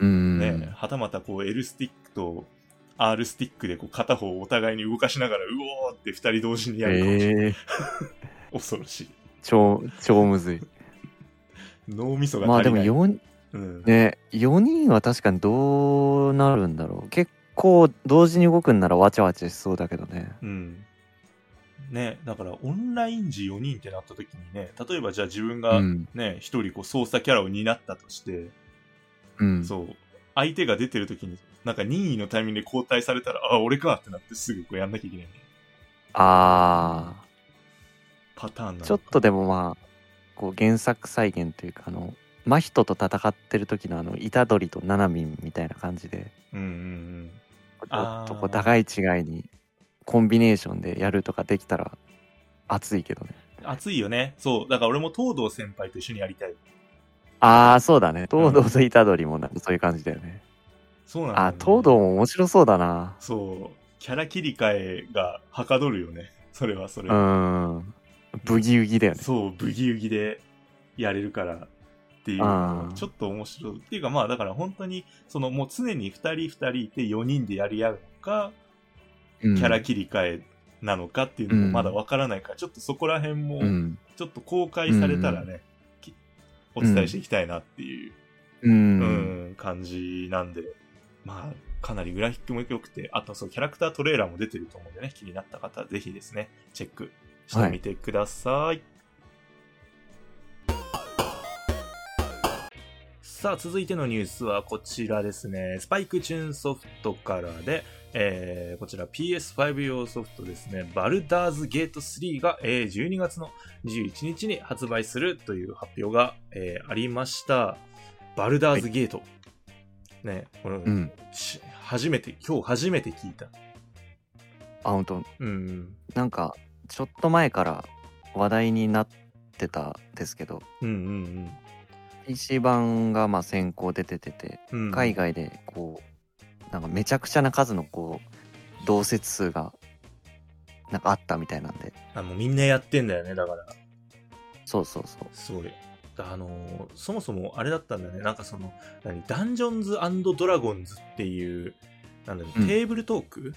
[SPEAKER 2] うん、
[SPEAKER 1] ね、はたまたこう L スティックと R スティックでこう片方をお互いに動かしながら、うおーって2人同時にやるかもしれない。
[SPEAKER 2] えー、
[SPEAKER 1] 恐ろしい。
[SPEAKER 2] 超超むずい
[SPEAKER 1] 脳みそが
[SPEAKER 2] まあ
[SPEAKER 1] 足
[SPEAKER 2] で
[SPEAKER 1] り
[SPEAKER 2] も
[SPEAKER 1] ない。
[SPEAKER 2] 4
[SPEAKER 1] うん
[SPEAKER 2] ね4人は確かにどうなるんだろう結構同時に動くんならわちゃわちゃしそうだけどね
[SPEAKER 1] うん。ね、だからオンライン時4人ってなった時にね、例えばじゃあ自分
[SPEAKER 2] う
[SPEAKER 1] がね、
[SPEAKER 2] ん
[SPEAKER 1] 一人こう操作キャラを担ったとして、
[SPEAKER 2] うん
[SPEAKER 1] そう、相手が出てる時に、なんか任意のタイミングで交代されたら、あ、俺かってなってすぐこうやんなきゃいけないね。
[SPEAKER 2] あ
[SPEAKER 1] パターンなの
[SPEAKER 2] あ
[SPEAKER 1] か
[SPEAKER 2] ちょっとでもまあこう原作再現というかあの真人と戦ってる時のあの虎杖と七海みたいな感じで
[SPEAKER 1] うんうんうん。
[SPEAKER 2] ちょっとこ
[SPEAKER 1] あー
[SPEAKER 2] う互い違いにコンビネーションでやるとかできたら熱いけどね
[SPEAKER 1] 熱いよね。そう。だから俺も東堂先輩と一緒にやりたい。
[SPEAKER 2] ああそうだね東堂と虎杖もなんかそういう感じだよね、
[SPEAKER 1] そうなんだ、
[SPEAKER 2] ああ東堂。も面白そうだな
[SPEAKER 1] そう。キャラ切り替えがはかどるよね。それはそれ
[SPEAKER 2] う
[SPEAKER 1] は。
[SPEAKER 2] んブギウギだよね
[SPEAKER 1] そう、ブギウギでやれるからっていう
[SPEAKER 2] あ
[SPEAKER 1] の
[SPEAKER 2] ー
[SPEAKER 1] ちょっと面白い。っていうかまあだから本当に、そのもう常に2人2人いて4人でやり合うのか、キ
[SPEAKER 2] キ
[SPEAKER 1] ャラ切り替えなのかっていうのもまだわからないから、ちょっとそこら辺も、
[SPEAKER 2] うん、
[SPEAKER 1] ちょっと公開されたらね、きお伝えしていきたいなっていう、
[SPEAKER 2] う
[SPEAKER 1] うん
[SPEAKER 2] ん
[SPEAKER 1] 感じなんで、まあ、かなりグラフィックも良くて、あとそう、キャラクタートレーラーも出てると思うんでね、気になった方、ぜひですね、チェックしてみてください。さあ、続いてのニュースはこちらですね。スパイクチューンソフトからで、えーこちら PS5 用ソフトですね、バルダーズゲート3が、えー12月の21日に発売するという発表が、えーありました。バルダーズゲート。ね、これ、
[SPEAKER 2] うん、
[SPEAKER 1] し初めて、今日初めて聞いた。
[SPEAKER 2] あ本当
[SPEAKER 1] うん。
[SPEAKER 2] なんかちょっと前から話題になってたんですけど
[SPEAKER 1] うんうんうん
[SPEAKER 2] PC 版がまあ先行で出てて
[SPEAKER 1] うん。
[SPEAKER 2] 海外でこうなんかめちゃくちゃな数のこう同説数がなんかあったみたいなんで
[SPEAKER 1] あもうみんなやってんだよね、だから。
[SPEAKER 2] そうそうそう
[SPEAKER 1] すごい。あのーそもそもあれだったんだよね。なんかその、何ダンジョンズドラゴンズっていう、なんだろう、
[SPEAKER 2] うん
[SPEAKER 1] テーブルトーク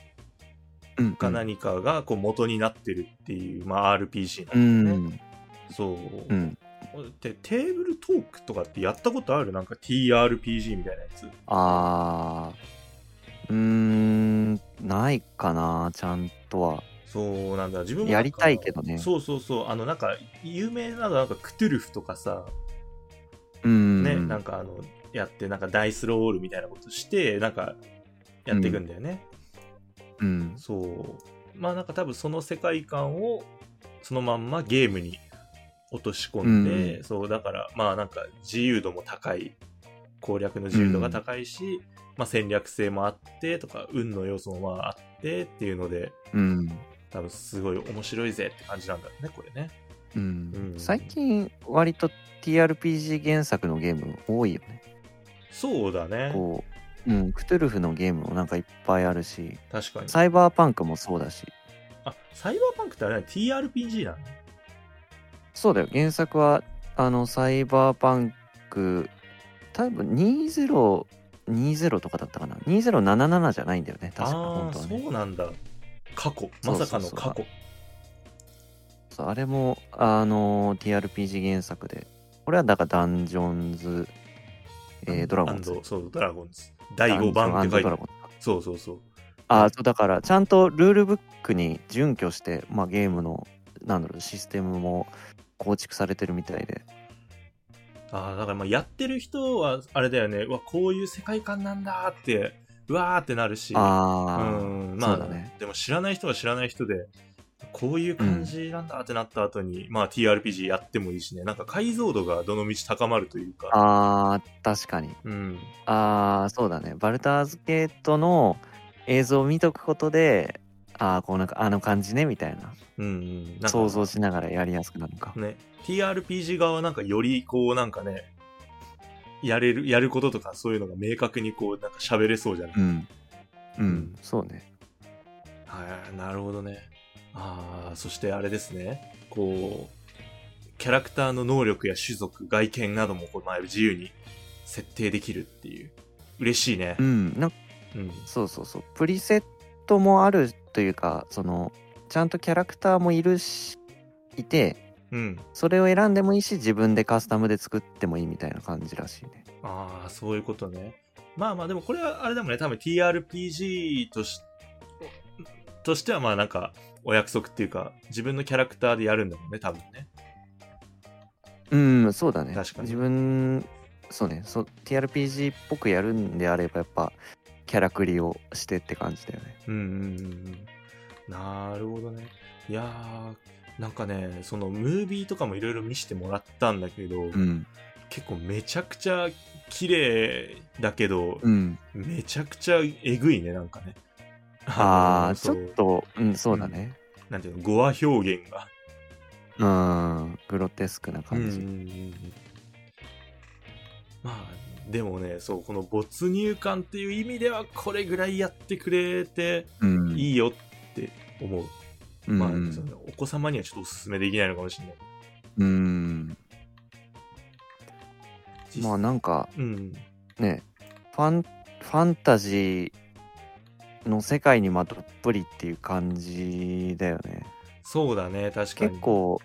[SPEAKER 2] うんうん
[SPEAKER 1] か何かがこう元になってるっていう、まあ RPG
[SPEAKER 2] う
[SPEAKER 1] なん
[SPEAKER 2] ん
[SPEAKER 1] だ
[SPEAKER 2] う
[SPEAKER 1] よね。
[SPEAKER 2] ん
[SPEAKER 1] そう。
[SPEAKER 2] うん
[SPEAKER 1] で、テーブルトークとかってやったことあるなんか TRPG みたいなやつ。
[SPEAKER 2] あーうーんないかなちゃんとは
[SPEAKER 1] そうなんだ。自分もなんか
[SPEAKER 2] やりたいけどね
[SPEAKER 1] そうそうそう。あの、なんか、有名なのはなんかクトゥルフとかさ、
[SPEAKER 2] うん
[SPEAKER 1] ね、なんかあの、やって、なんかダイスロールみたいなことして、なんか、やっていくんだよね。
[SPEAKER 2] うん
[SPEAKER 1] そう。まあなんか多分その世界観を、そのまんまゲームに落とし込んで、
[SPEAKER 2] うん
[SPEAKER 1] そう、だから、まあなんか自由度も高い、攻略の自由度が高いし、まあ戦略性もあってとか、運の要素もまああってっていうので、
[SPEAKER 2] うん
[SPEAKER 1] 多分すごい面白いぜって感じなんだろうね、これね。
[SPEAKER 2] うん
[SPEAKER 1] うん
[SPEAKER 2] 最近割と TRPG 原作のゲーム多いよね。
[SPEAKER 1] そうだね。
[SPEAKER 2] こう、うん、クトゥルフのゲームもなんかいっぱいあるし、
[SPEAKER 1] 確かに。
[SPEAKER 2] サイバーパンクもそうだし、
[SPEAKER 1] あ、サイバーパンクってあれね、TRPG なの
[SPEAKER 2] そうだよ、原作はあのサイバーパンク、多分2020とかだったかな、2077じゃないんだよね、確か
[SPEAKER 1] あ
[SPEAKER 2] 本
[SPEAKER 1] あ
[SPEAKER 2] 当は
[SPEAKER 1] ー、
[SPEAKER 2] ね。
[SPEAKER 1] そうなんだ。過去。
[SPEAKER 2] そ
[SPEAKER 1] ま
[SPEAKER 2] うそ
[SPEAKER 1] さ
[SPEAKER 2] うそ
[SPEAKER 1] か
[SPEAKER 2] う
[SPEAKER 1] の過去。
[SPEAKER 2] そうあれも、あの TRPG 原作で、これはだからダンジョンズ、えードラゴンズ。
[SPEAKER 1] and そう、ドラゴンズ。第5番って書
[SPEAKER 2] ダンジョンズ
[SPEAKER 1] いてあ
[SPEAKER 2] ドラ
[SPEAKER 1] る。
[SPEAKER 2] ゴンズか
[SPEAKER 1] そうそうそう。
[SPEAKER 2] あーそうだからちゃんとルールブックに準拠して、まあ、ゲームのなんだろうシステムも構築されてるみたいで
[SPEAKER 1] ああ、だからまあやってる人は、あれだよね、うわ、こういう世界観なんだって、うわーってなるし、う
[SPEAKER 2] ああ、
[SPEAKER 1] ん、ま
[SPEAKER 2] そ
[SPEAKER 1] あ、
[SPEAKER 2] うだね
[SPEAKER 1] でも知らない人は知らない人で、こういう感じなんだってなった後に、まあ TRPG やってもいいしね、なんか解像度がどの道高まるというか、
[SPEAKER 2] あー確かに
[SPEAKER 1] うん、
[SPEAKER 2] ああそうだねバルターズゲートの映像を見とくことでああこうなんかあの感じねみたいな
[SPEAKER 1] うん、うんなんか
[SPEAKER 2] 想像しながらやりやすくなるのか、
[SPEAKER 1] ね、TRPG 側はなんかよりこうなんかね、やれる、やることとかそういうのが明確にこうなんか喋れそうじゃない、
[SPEAKER 2] うんうんそうね
[SPEAKER 1] はい、なるほどね。ああ、そしてあれですね。こう、キャラクターの能力や種族、外見なども、こう、まあ、自由に設定できるっていう。嬉しいね
[SPEAKER 2] う。んなんか
[SPEAKER 1] うん。
[SPEAKER 2] そうそうそうプリセットもあるというかそのちゃんとキャラクターもいるしいて
[SPEAKER 1] うん。
[SPEAKER 2] それを選んでもいいし自分でカスタムで作ってもいいみたいな感じらしいね
[SPEAKER 1] ああ、そういうことね。まあまあ、でもこれはあれだもんね。多分 TRPG とし、としてはまあなんか、お約束っていうか、自分のキャラクターでやるんだもんね、多分ね。
[SPEAKER 2] うんそうだね
[SPEAKER 1] 確かに
[SPEAKER 2] 自分そうねそう TRPG っぽくやるんであればやっぱキャラクリをしてって感じだよね
[SPEAKER 1] うんうんうんうん。なるほどね。いやー、なんかね、そのムービーとかもいろいろ見せてもらったんだけど、
[SPEAKER 2] うん
[SPEAKER 1] 結構めちゃくちゃ綺麗だけど、
[SPEAKER 2] うん
[SPEAKER 1] めちゃくちゃえぐいね、なんかね。
[SPEAKER 2] あ
[SPEAKER 1] の
[SPEAKER 2] あち
[SPEAKER 1] そ
[SPEAKER 2] ょ
[SPEAKER 1] う
[SPEAKER 2] っとうんそうだね
[SPEAKER 1] なんていうの、語話表現が。
[SPEAKER 2] うん、グロテスクな
[SPEAKER 1] うんう
[SPEAKER 2] 感
[SPEAKER 1] んう
[SPEAKER 2] じ、
[SPEAKER 1] んまあ、でもね、そう、この没入感っていう意味では、これぐらいやってくれて
[SPEAKER 2] うん
[SPEAKER 1] いいよって思う。
[SPEAKER 2] うん
[SPEAKER 1] まあ、そのお子様にはちょっとおすすめできないのかもしれない。
[SPEAKER 2] うんまあなんか
[SPEAKER 1] うん。
[SPEAKER 2] ねファンファンタジーの世界にまあどっぷりっていう感じだよね
[SPEAKER 1] そうだね、確かに。
[SPEAKER 2] 結構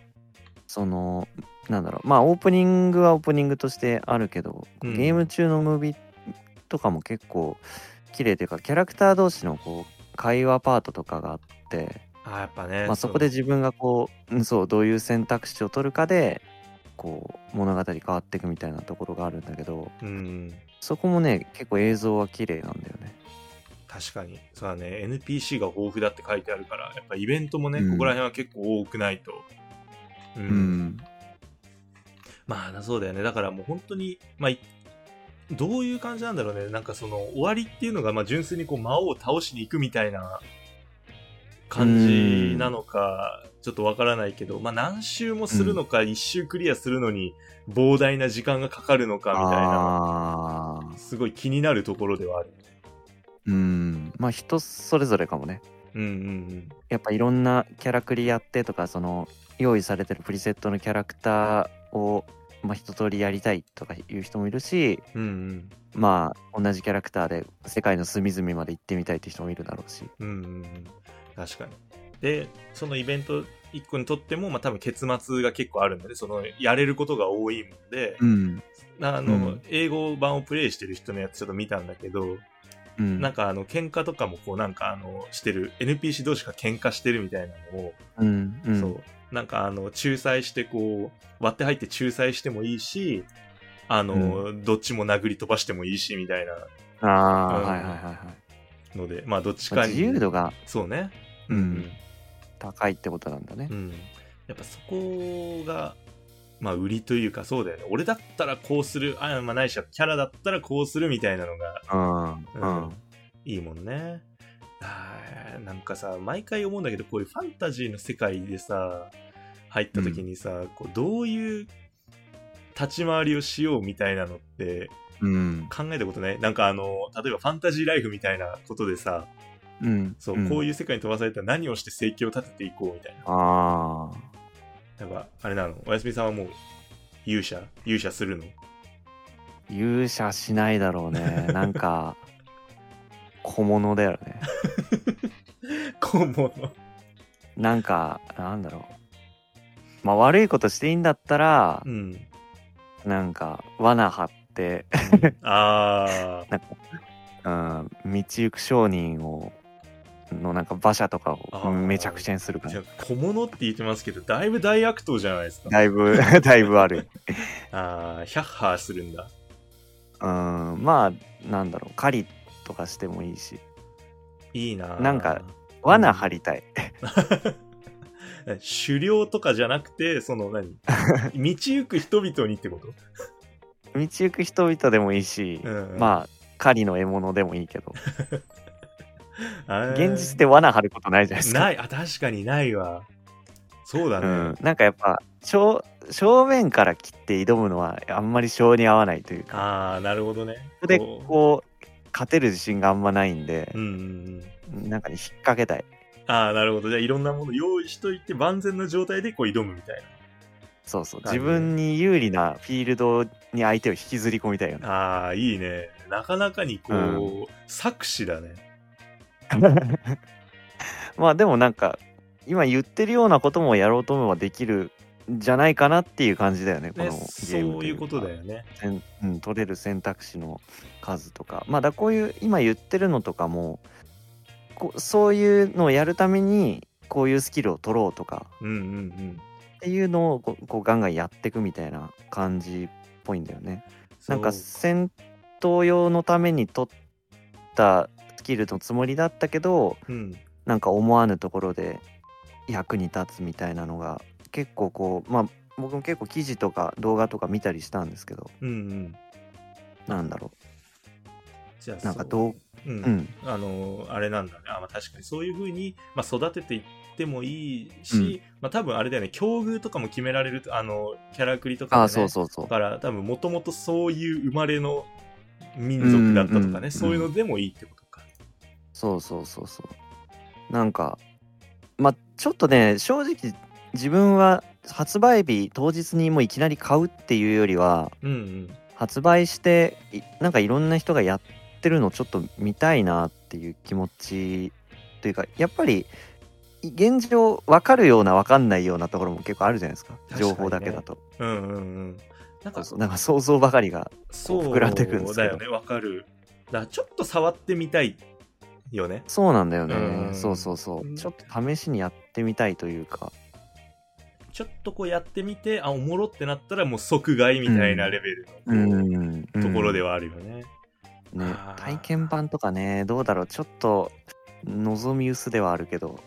[SPEAKER 2] そのなんだろうまあオープニングはオープニングとしてあるけど、
[SPEAKER 1] うん
[SPEAKER 2] ゲーム中のムービーとかも結構綺麗というかキャラクター同士のこう会話パートとかがあって、
[SPEAKER 1] あやっぱね。
[SPEAKER 2] まあ、そこで自分がこううんそうどういう選択肢を取るかでこう物語変わっていくみたいなところがあるんだけど
[SPEAKER 1] う。うん。
[SPEAKER 2] そこもね結構映像は綺麗なんだよね。
[SPEAKER 1] 確かに。そうだね。NPC が豊富だって書いてあるから、やっぱイベントもね、
[SPEAKER 2] うん
[SPEAKER 1] ここら辺は結構多くないと。うん。
[SPEAKER 2] うん、
[SPEAKER 1] まあ、そうだよね。だからもう本当に、まあ、いどういう感じなんだろうね。なんかその、終わりっていうのが、まあ、純粋にこう、魔王を倒しに行くみたいな感じなのか、ちょっとわからないけど、まあ、何周もするのか、一周クリアするのに、膨大な時間がかかるのか、みたいな。
[SPEAKER 2] あー
[SPEAKER 1] すごい気になるところではある。
[SPEAKER 2] うんまあ人それぞれかもね
[SPEAKER 1] うんうん
[SPEAKER 2] やっぱいろんなキャラクリやってとかその用意されてるプリセットのキャラクターを、まあ、一通りやりたいとかいう人もいるし
[SPEAKER 1] うん。うん
[SPEAKER 2] まあ同じキャラクターで世界の隅々まで行ってみたいって人もいるだろうし
[SPEAKER 1] うん。うんうんうん。確かに。で、そのイベント一個にとっても、まあ多分結末が結構あるんでね、その、やれることが多いもんで、
[SPEAKER 2] うん
[SPEAKER 1] あの、
[SPEAKER 2] うん
[SPEAKER 1] 英語版をプレイしてる人のやつちょっと見たんだけど、
[SPEAKER 2] うん
[SPEAKER 1] なんかあの、喧嘩とかもこうなんかあの、してる、NPC 同士が喧嘩してるみたいなのを、
[SPEAKER 2] うんうん
[SPEAKER 1] そう。なんかあの、仲裁してこう、割って入って仲裁してもいいし、あの、どっちも殴り飛ばしてもいいし、みたいな
[SPEAKER 2] ああ、
[SPEAKER 1] うん
[SPEAKER 2] はいはいはいはい
[SPEAKER 1] ので、まあどっち
[SPEAKER 2] ま
[SPEAKER 1] か
[SPEAKER 2] あ
[SPEAKER 1] に。
[SPEAKER 2] 自由度が
[SPEAKER 1] そうね。
[SPEAKER 2] うん高いってことなんだね
[SPEAKER 1] うん、やっぱそこが、まあ、売りというかそうだよね俺だったらこうするあ、まあ、ないしはキャラだったらこうするみたいなのが、
[SPEAKER 2] うんう
[SPEAKER 1] う
[SPEAKER 2] ん
[SPEAKER 1] んいいもんねあーなんかさ毎回思うんだけどこういうファンタジーの世界でさ入った時にさ、こうどういう立ち回りをしようみたいなのって
[SPEAKER 2] うん
[SPEAKER 1] 考えたことないなんかあの例えばファンタジーライフみたいなことでさ
[SPEAKER 2] うん
[SPEAKER 1] そう、こう
[SPEAKER 2] い
[SPEAKER 1] いう世界に飛ばされたら何をして生計を立てていこうみたいな
[SPEAKER 2] うんああ
[SPEAKER 1] なんか、あれなのおやすみさんはもう、勇者勇者するの
[SPEAKER 2] 勇者しないだろうねなんか小物だよね
[SPEAKER 1] 小物。
[SPEAKER 2] なんかなんだろうまあ悪いことしていいんだったら
[SPEAKER 1] う、ん。
[SPEAKER 2] なんか罠張って、 [laughs]
[SPEAKER 1] ああ、
[SPEAKER 2] うん、道行く商人をのなんか馬車とか
[SPEAKER 1] あ
[SPEAKER 2] を
[SPEAKER 1] ー
[SPEAKER 2] めちゃくちゃにするか
[SPEAKER 1] じ
[SPEAKER 2] ら
[SPEAKER 1] ゃあ小物って言ってますけど、だいぶ大悪党じゃないですか。
[SPEAKER 2] だいぶ [laughs] だいぶある
[SPEAKER 1] ああ、ヒャッハーするんだ。
[SPEAKER 2] うんまあなんだろう狩りとかしてもいいし
[SPEAKER 1] いいな。
[SPEAKER 2] なんか、罠張りたい、
[SPEAKER 1] 狩猟とかじゃなくて、その
[SPEAKER 2] [laughs]
[SPEAKER 1] 何道行く人々にってこと
[SPEAKER 2] 道行く人々でもいいし、
[SPEAKER 1] うん
[SPEAKER 2] まあ狩りの獲物でもいいけど
[SPEAKER 1] あー
[SPEAKER 2] 現実で罠張ることないじゃないですか
[SPEAKER 1] ない、あ、確かにないわ。そうだ
[SPEAKER 2] う
[SPEAKER 1] ね。
[SPEAKER 2] ん、なんかやっぱ正正面から切って挑むのはあんまり性に合わないというか
[SPEAKER 1] ああ、なるほどね。
[SPEAKER 2] ここで
[SPEAKER 1] こう
[SPEAKER 2] こう勝てる自信があんまないんで
[SPEAKER 1] う、んうんうん。
[SPEAKER 2] なんかね引っ掛けたい
[SPEAKER 1] ああ、なるほど。じゃあ、いろんなもの用意しといて、万全な状態でこう挑むみたい
[SPEAKER 2] そうそう
[SPEAKER 1] なる
[SPEAKER 2] 自
[SPEAKER 1] ほどね
[SPEAKER 2] 分に有利なフィールドに相手を引きずり込みたいよね [laughs]
[SPEAKER 1] な。ああ、いいね。なかなかにこう、
[SPEAKER 2] う
[SPEAKER 1] 作詞だね。
[SPEAKER 2] まあでもなんか今言ってるようなこともやろうと思えばできるんじゃないかなっていう感じだよねこの
[SPEAKER 1] ね
[SPEAKER 2] ゲーム
[SPEAKER 1] そ
[SPEAKER 2] と
[SPEAKER 1] う
[SPEAKER 2] い
[SPEAKER 1] いうう
[SPEAKER 2] か
[SPEAKER 1] ことだよね。
[SPEAKER 2] せんうん、取れる選択肢の数とかまあだこういう今言ってるのとかもこうそういうのをやるためにこういうスキルを取ろうとか
[SPEAKER 1] うんうんうん。
[SPEAKER 2] っていうのをこうこうガンガンやっていくみたいな感じっぽいんだよね。なんか
[SPEAKER 1] そう
[SPEAKER 2] 戦闘用のために取ったスキルのつもりだったけど
[SPEAKER 1] うん、
[SPEAKER 2] なんか思わぬところで役に立つみたいなのが結構こうまあ僕も結構記事とか動画とか見たりしたんですけど
[SPEAKER 1] うんうん。
[SPEAKER 2] なんだろ
[SPEAKER 1] じゃあ
[SPEAKER 2] なんかどう
[SPEAKER 1] う、うん
[SPEAKER 2] ううん
[SPEAKER 1] あのあれなんだねあ、まあ、確かにそういうふうに、まあ、育てていってもいいし、
[SPEAKER 2] うん
[SPEAKER 1] まあ、多分あれだよね境遇とかも決められるあのキャラクリとか、ね、
[SPEAKER 2] ああそうそうそう
[SPEAKER 1] だから多分もともとそういう生まれの民族だったとかね、
[SPEAKER 2] うんうん
[SPEAKER 1] そういうのでもいいってことか。
[SPEAKER 2] そうそうそうそうなんかまあちょっとね正直自分は発売日当日にもういきなり買うっていうよりは
[SPEAKER 1] うんうん、
[SPEAKER 2] 発売していなんかいろんな人がやってるのちょっと見たいなっていう気持ちというかやっぱりい現状分かるような分かんないようなところも結構あるじゃないですか
[SPEAKER 1] 確かにね
[SPEAKER 2] 情報だけだと、
[SPEAKER 1] うんうんうん。なん
[SPEAKER 2] そ
[SPEAKER 1] か
[SPEAKER 2] うそうなんか想像ばかりが
[SPEAKER 1] そう
[SPEAKER 2] 膨らんでくんですけど
[SPEAKER 1] だよね、わかる。だからちょっと触ってみたいよね。
[SPEAKER 2] そうなんだよね
[SPEAKER 1] うん
[SPEAKER 2] そうそうそううんちょっと試しにやってみたいというか
[SPEAKER 1] ちょっとこうやってみて、あ、おもろってなったらもう即買いみたいなレベルのこ
[SPEAKER 2] ん
[SPEAKER 1] うところで
[SPEAKER 2] は
[SPEAKER 1] はあるよね。
[SPEAKER 2] ね
[SPEAKER 1] あ、ー
[SPEAKER 2] 体験版とかねどうだろうちょっと望み薄ではあるけど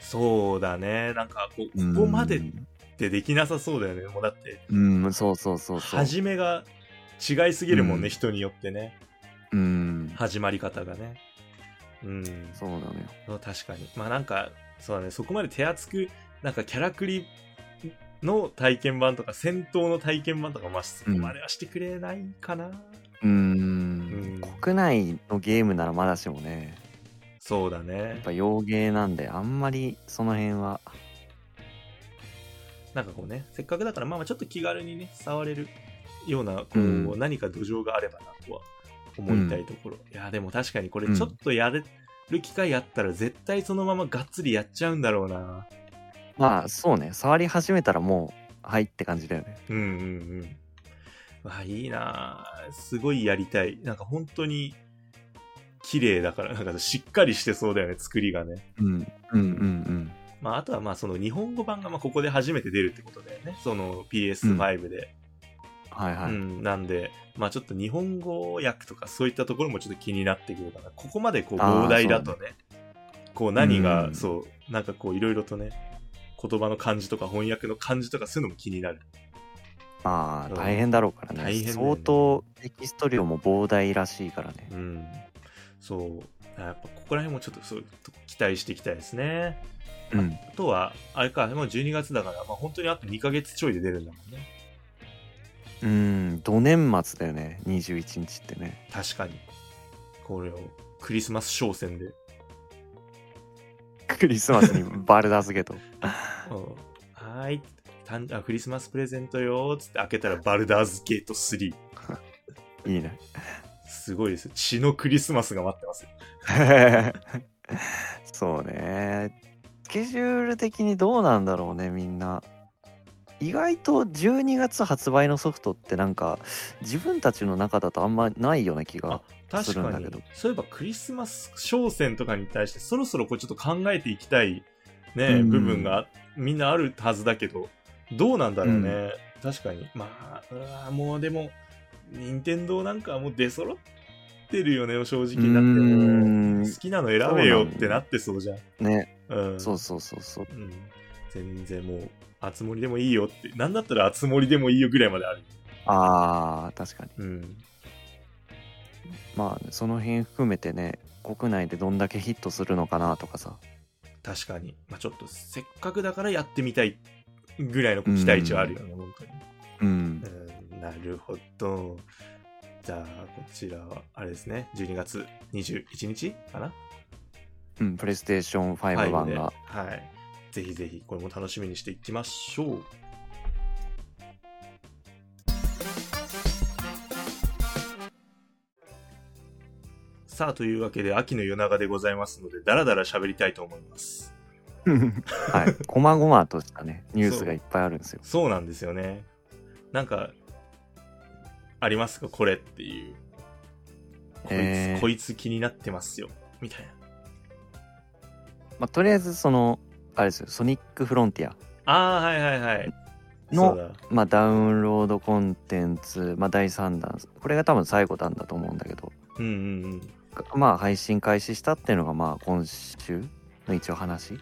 [SPEAKER 1] そうだね。なんかこう、ここまでってできなさそうだよね。もうだって、
[SPEAKER 2] うん、うんそうそうそうそう
[SPEAKER 1] 始めが違いすぎるもんね、
[SPEAKER 2] うん
[SPEAKER 1] 人によってね。
[SPEAKER 2] うん
[SPEAKER 1] 始まり方がね。うん。
[SPEAKER 2] そうなのよ
[SPEAKER 1] そう確かに。まあなんか、そうだね、そこまで手厚く、なんかキャラクリの体験版とか、戦闘の体験版とか、まあそこまではしてくれないかな。
[SPEAKER 2] う
[SPEAKER 1] うん
[SPEAKER 2] ん国内のゲームならまだしもね
[SPEAKER 1] そうだ
[SPEAKER 2] やっ
[SPEAKER 1] ね。
[SPEAKER 2] ぱ洋芸なんであんまりその辺は
[SPEAKER 1] なんかこうね、せっかくだから、まあまあちょっと気軽にね、触れるような、こう、
[SPEAKER 2] うん
[SPEAKER 1] 何か土壌があればなとは思いたいところ。いや、でも確かにこれちょっとやれる機会あったら、絶対そのままがっつりやっちゃうんだろうな。
[SPEAKER 2] まあそうね触り始めたらもうはいって感じだよね
[SPEAKER 1] うんうんうん。わあ、いいなあすごいやりたい。なんか本当に、綺麗だから、なんかしっかりしてそうだよね、作りがね。
[SPEAKER 2] うんうんうん
[SPEAKER 1] まあ、あとはまあ、その日本語版がまあここで初めて出るってことだよね。その PS5 で。
[SPEAKER 2] はいはい、
[SPEAKER 1] うん、なんで、まあちょっと日本語訳とかそういったところもちょっと気になってくるかな。ここまでこう
[SPEAKER 2] あー
[SPEAKER 1] 膨大だとね、こう何が、
[SPEAKER 2] うん
[SPEAKER 1] そう、なんかこういろいろとね、言葉の漢字とか翻訳の漢字とかそういうのも気になる。
[SPEAKER 2] ま
[SPEAKER 1] うん
[SPEAKER 2] あ大変だろうからね
[SPEAKER 1] 大変だよね
[SPEAKER 2] 相当テキスト量も膨大らしいからね
[SPEAKER 1] うん。そう。やっぱここら辺もちょっとそういうとこ期待していきたいですね。
[SPEAKER 2] うん
[SPEAKER 1] あとは、あれか、もう12月だから、まあ本当にあと2ヶ月ちょいで出るんだもんね。
[SPEAKER 2] うん土年末だよね21日ってね
[SPEAKER 1] 確かに。これをクリスマス商戦で。
[SPEAKER 2] クリスマスにバルダーズゲ
[SPEAKER 1] [laughs]
[SPEAKER 2] ート
[SPEAKER 1] うんはーい。たんあクリスマスプレゼントよーっつって開けたらバルダーズゲート3。
[SPEAKER 2] い
[SPEAKER 1] [laughs]
[SPEAKER 2] いね
[SPEAKER 1] すごいですよ。血のクリスマスが待ってますよ。
[SPEAKER 2] そうねスケジュール的にどうなんだろうねみんな意外と12月発売のソフトってなんか自分たちの中だとあんまないような気が
[SPEAKER 1] 確
[SPEAKER 2] するん
[SPEAKER 1] か
[SPEAKER 2] だ
[SPEAKER 1] に
[SPEAKER 2] けど
[SPEAKER 1] そういえばクリスマス商戦とかに対してそろそろこうちょっと考えていきたい、ね
[SPEAKER 2] うん
[SPEAKER 1] 部分がみんなあるはずだけどどうなんだろうね、確かにまあうわーもうでも任天堂なんかはもう出揃ってるよね正直になって
[SPEAKER 2] う
[SPEAKER 1] も
[SPEAKER 2] ーん
[SPEAKER 1] 好きなの選べよってなってそうじゃん
[SPEAKER 2] ね、
[SPEAKER 1] うん
[SPEAKER 2] そうそうそうそう
[SPEAKER 1] うん、全然もう熱盛でもいいよってなんだったら熱盛でもいいよぐらいまである
[SPEAKER 2] あー確かに
[SPEAKER 1] うん
[SPEAKER 2] まあその辺含めてね国内でどんだけヒットするのかなとかさ
[SPEAKER 1] 確かに、まあ、ちょっとせっかくだからやってみたいぐらいの期待値はあるよね、本当に、
[SPEAKER 2] うん
[SPEAKER 1] うん、なるほどじゃあこちらはあれですね12月21日かな
[SPEAKER 2] うんプレイステーション5版
[SPEAKER 1] で [laughs]
[SPEAKER 2] が
[SPEAKER 1] はいぜひぜひこれも楽しみにしていきましょうさあというわけで秋の夜長でございますのでだらだら喋りたいと思います
[SPEAKER 2] はい、こまごまとしたね、ニュースがいっぱいあるんですよ。
[SPEAKER 1] そうなんですよね。なんか、ありますかこれっていう。こいつ、
[SPEAKER 2] えー
[SPEAKER 1] こいつ気になってますよ。みたいな。
[SPEAKER 2] まあ、とりあえず、その、あれですよ、ソニックフロンティア
[SPEAKER 1] ああ、はいはいはい。そう
[SPEAKER 2] の、
[SPEAKER 1] だ
[SPEAKER 2] まあ、ダウンロードコンテンツ、まあ、第3弾、これが多分最後弾だと思うんだけど、
[SPEAKER 1] うんうんうん。
[SPEAKER 2] まあ、配信開始したっていうのが、まあ、今週の一応話。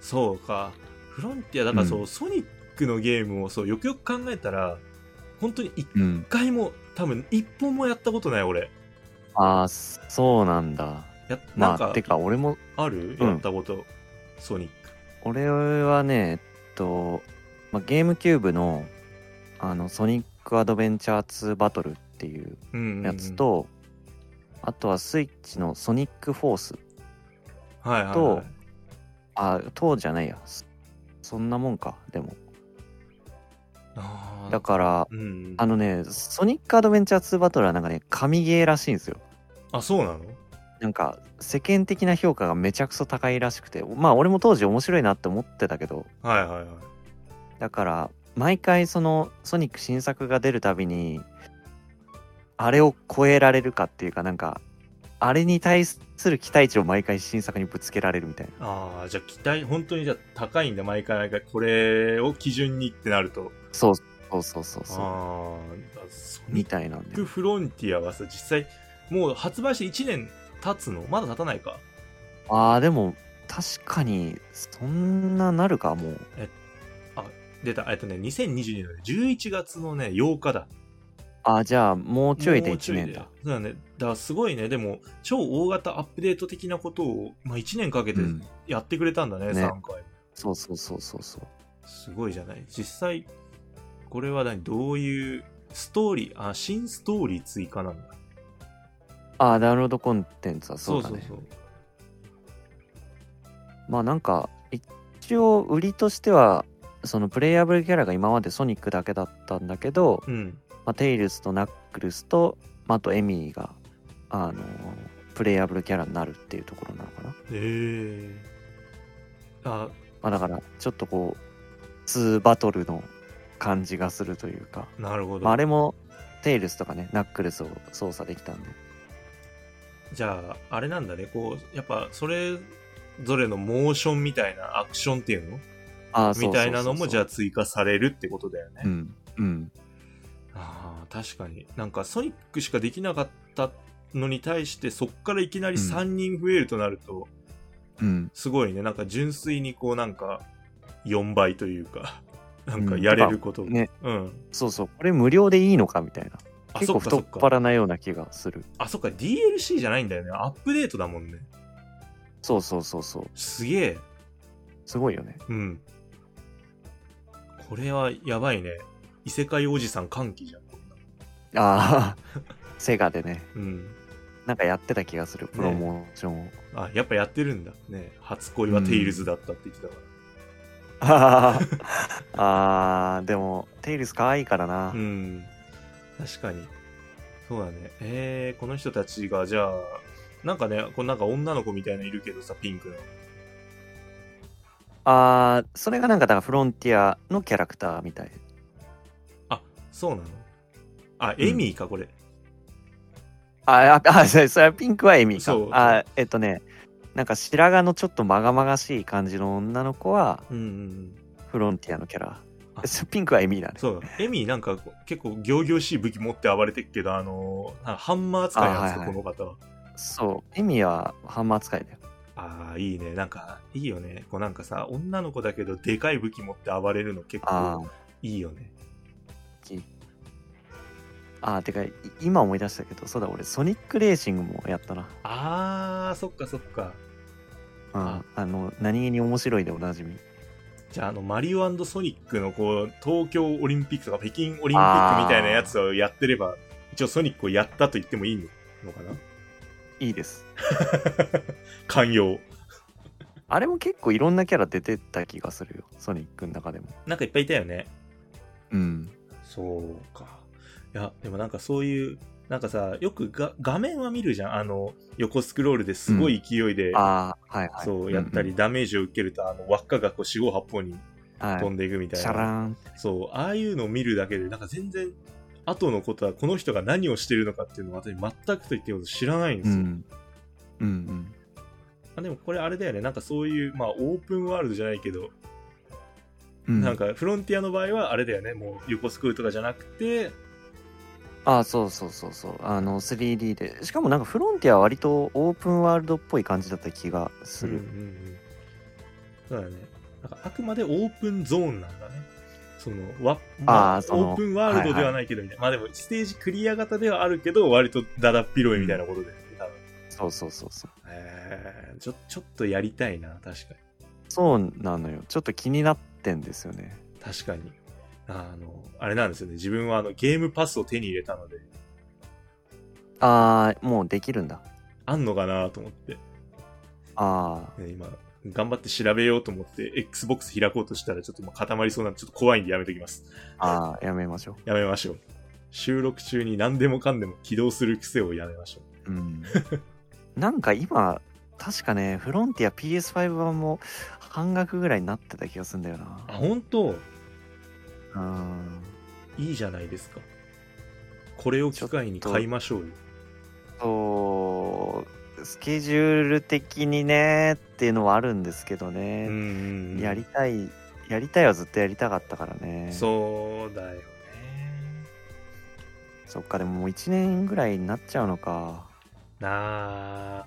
[SPEAKER 1] そうか。フロンティア、だからそう、
[SPEAKER 2] う
[SPEAKER 1] ソニックのゲームをそう、よくよく考えたら、本当に一
[SPEAKER 2] うん。
[SPEAKER 1] 回も、多分一本もやったことない俺。
[SPEAKER 2] ああ、そうなんだ。
[SPEAKER 1] やなん
[SPEAKER 2] まあ、
[SPEAKER 1] か
[SPEAKER 2] て、か、俺も、
[SPEAKER 1] ある
[SPEAKER 2] うん
[SPEAKER 1] やったこと、ソニック。
[SPEAKER 2] 俺はね、えっと、まあ、ゲームキューブの、あの、ソニックアドベンチャー2バトルっていう、
[SPEAKER 1] うんうんうん
[SPEAKER 2] やつ、と、あとはスイッチのソニックフォース
[SPEAKER 1] はいはいはい、
[SPEAKER 2] とあ当じゃないやそそんなもんかでも
[SPEAKER 1] あー
[SPEAKER 2] だから
[SPEAKER 1] うんうん、
[SPEAKER 2] あのねソニックアドベンチャー2バトルはなんかね神ゲーらしいんですよ
[SPEAKER 1] あ、そうなの
[SPEAKER 2] なんか世間的な評価がめちゃくそ高いらしくてまあ俺も当時面白いなって思ってたけど
[SPEAKER 1] はいはいはい。
[SPEAKER 2] だから毎回そのソニック新作が出るたびにあれを超えられるかっていうかなんかあれに対する期待値を毎回新作にぶつけられるみたいな
[SPEAKER 1] ああ、じゃあ期待、本当にじゃあ高いんだ、毎回毎回。これを基準にってなると。
[SPEAKER 2] そうそうそうそうそう
[SPEAKER 1] ああ、ソ
[SPEAKER 2] み
[SPEAKER 1] ニッ
[SPEAKER 2] たいなんで
[SPEAKER 1] クフロンティアはさ、実際、もう発売して1年経つのまだ経たないか。
[SPEAKER 2] ああでも確かにそんななるかもう
[SPEAKER 1] 出た、えっとね、2022年の11月のね、8日だ。
[SPEAKER 2] ああじゃあもうちょいで
[SPEAKER 1] もうち
[SPEAKER 2] 1
[SPEAKER 1] ょい
[SPEAKER 2] 年だ
[SPEAKER 1] そうだね。だからすごいね、でも、超大型アップデート的なことを、まあ1年かけて
[SPEAKER 2] うん
[SPEAKER 1] やってくれたんだね、
[SPEAKER 2] ね
[SPEAKER 1] 3回。
[SPEAKER 2] そうそうそうそうそう
[SPEAKER 1] すごいじゃない。実際、これは何どういうストーリー、あ、新ストーリー追加なんだ。
[SPEAKER 2] ああダウンロードコンテンツはそうだね
[SPEAKER 1] そう
[SPEAKER 2] まあなんか一応売りとしてはそのプレイヤブルキャラが今までソニックだけだったんだけど、
[SPEAKER 1] そう。うん。
[SPEAKER 2] まあ、テイルスとナックルスと、まあ、あとエミーがあのープレイヤブルキャラになるっていうところなのかな、
[SPEAKER 1] ええあ、
[SPEAKER 2] まあ、だからちょっとこう2バトルの感じがするというか
[SPEAKER 1] なるほど。
[SPEAKER 2] まあ、あれもテイルスとかねナックルスを操作できたんで
[SPEAKER 1] じゃあ、あれなんだね。こう、やっぱ、それぞれのモーションみたいなアクションっていうの
[SPEAKER 2] あ
[SPEAKER 1] みたいなのも、じゃあ
[SPEAKER 2] あ
[SPEAKER 1] 追加されるってことだよね。
[SPEAKER 2] うんうん
[SPEAKER 1] ああ、確かに。なんか、ソニックしかできなかったのに対して、そっからいきなり
[SPEAKER 2] うん
[SPEAKER 1] 3人増えるとなると、
[SPEAKER 2] うん
[SPEAKER 1] すごいね。なんか、純粋にこう、なんか、4倍というか、なんか、やれること。
[SPEAKER 2] ね
[SPEAKER 1] うん。
[SPEAKER 2] そうそうこれ無料でいいのかみたいな
[SPEAKER 1] あ、
[SPEAKER 2] 結
[SPEAKER 1] そ
[SPEAKER 2] 構
[SPEAKER 1] っかそ
[SPEAKER 2] 太
[SPEAKER 1] っ
[SPEAKER 2] っ
[SPEAKER 1] か。
[SPEAKER 2] 腹なような気がする
[SPEAKER 1] あ、そっか。DLC じゃないんだよね。アップデートだもんね。
[SPEAKER 2] そうそうそうそう
[SPEAKER 1] すげえ。
[SPEAKER 2] すごいよね
[SPEAKER 1] うん。これはやばいね。異世界おじさん歓喜じゃん。
[SPEAKER 2] ああ
[SPEAKER 1] [laughs]
[SPEAKER 2] セガでね
[SPEAKER 1] うん。
[SPEAKER 2] なんかやってた気がするプロモーシ
[SPEAKER 1] [laughs]
[SPEAKER 2] ョンを、
[SPEAKER 1] あ、やっぱやってるんだ。ね初恋はテイルズだったって言ってたか
[SPEAKER 2] あーあーでもテイルス可愛いからな、
[SPEAKER 1] ら。うん。確かに。そうだね。えー、この人たちが、じゃあ、なんかね、こうなんか女の子みたいないるけどさ、ピンクの。
[SPEAKER 2] あーそれがなんかだからフロンティアのキャラクターみたい
[SPEAKER 1] あ、そうなのあ、エミーか、これ。
[SPEAKER 2] あああそれそれはピンクはエミ
[SPEAKER 1] そう
[SPEAKER 2] ーかあえっとねなんか白髪のちょっとまがまがしい感じの女の子は
[SPEAKER 1] うんうんうん。
[SPEAKER 2] フロンティアのキャラ
[SPEAKER 1] あ
[SPEAKER 2] そうピンクはエミーだね
[SPEAKER 1] そうだ。エミーなんか結構仰々しい武器持って暴れてっけど、あのーなんかハンマー扱いなんですよ、
[SPEAKER 2] あはいはい
[SPEAKER 1] この方は。
[SPEAKER 2] そうエミーはハンマー使いだよ
[SPEAKER 1] ああ、いいね。なんか、いいよね。こうなんかさ、女の子だけど、でかい武器持って暴れるの結
[SPEAKER 2] あ
[SPEAKER 1] 構いいよね。
[SPEAKER 2] ああてかい今思い出したけどそうだ俺ソニックレーシングもやったな
[SPEAKER 1] あー、そっかそっか。
[SPEAKER 2] うん
[SPEAKER 1] あ
[SPEAKER 2] あの何気に面白いでおなじみ
[SPEAKER 1] じゃあ、あの、マリオソニックの、こう、東京オリンピックとか北京オリンピックみたいなやつをやってれば、一応ソニックをやったと言ってもいいのかな
[SPEAKER 2] いいです
[SPEAKER 1] 寛容。
[SPEAKER 2] あれも結構いろんなキャラ出てた気がするよソニックの中でも
[SPEAKER 1] なんかいっぱいいたよね。
[SPEAKER 2] うん
[SPEAKER 1] そうか。いや、でもなんかそういう、なんかさ、よくが画面は見るじゃん。あの、横スクロールですごい勢いで、
[SPEAKER 2] ああはいはい
[SPEAKER 1] そう、やったり、、ダメージを受けると、あの、輪っかがこう四方八方に
[SPEAKER 2] うんうんは
[SPEAKER 1] 飛
[SPEAKER 2] い
[SPEAKER 1] んでいくみたい
[SPEAKER 2] シ
[SPEAKER 1] な。
[SPEAKER 2] ャラーン
[SPEAKER 1] そう、ああいうのを見るだけで、なんか全然、後のことは、この人が何をしてるのかっていうのは、私、全くと言っていいほど知らないんで
[SPEAKER 2] う
[SPEAKER 1] すよ。
[SPEAKER 2] んうんうん
[SPEAKER 1] あでも、これあれだよね、なんかそういう、まあ、オープンワールドじゃないけど、
[SPEAKER 2] うん
[SPEAKER 1] なんか、フロンティアの場合は、あれだよね、もう、横スクールとかじゃなくて、
[SPEAKER 2] ああそうそうそうそうあの 3D でしかもなんかフロンティアは割とオープンワールドっぽい感じだった気がす
[SPEAKER 1] うんう
[SPEAKER 2] る、
[SPEAKER 1] んうんそうだね。なんか、あくまでオープンゾーンなんだね。その、わ、ま
[SPEAKER 2] あーその
[SPEAKER 1] オープンワールドではないけど、みたいな。まあでも、ステージクリア型ではあるけど、割とだだっ広いみたいなことだよね、多分。
[SPEAKER 2] そうそうそうそう
[SPEAKER 1] えー、ちょ、ちょっとやりたいな、確かに。
[SPEAKER 2] そうなのよちょっと気になってんですよね
[SPEAKER 1] 確かに。あの、あれなんですよね。自分はあのゲームパスを手に入れたので、
[SPEAKER 2] ああもうできるんだ
[SPEAKER 1] あんのかなと思って、
[SPEAKER 2] あ
[SPEAKER 1] ね今、頑張って調べようと思って、Xbox 開こうとしたら、ちょっと今固まりそうなんで、ちょっと怖いんでやめときます。
[SPEAKER 2] あああやめましょ
[SPEAKER 1] やめましょう。収録中に何でもかんでも起動する癖をやめましょう。
[SPEAKER 2] ううん
[SPEAKER 1] [laughs]
[SPEAKER 2] なんか今確かねフロンティア PS5 版も半額ぐらいになってた気がするんだよ
[SPEAKER 1] あ、
[SPEAKER 2] な
[SPEAKER 1] 本当
[SPEAKER 2] うん
[SPEAKER 1] いいじゃないですか。これを機会に買いましょうよ。
[SPEAKER 2] そうスケジュール的にねっていうのはあるんですけどね、
[SPEAKER 1] うん
[SPEAKER 2] やりたいやりたいはずっとやりたかったからね
[SPEAKER 1] そうだよね。
[SPEAKER 2] そっかでももう1年ぐらいになっちゃうのか
[SPEAKER 1] なあ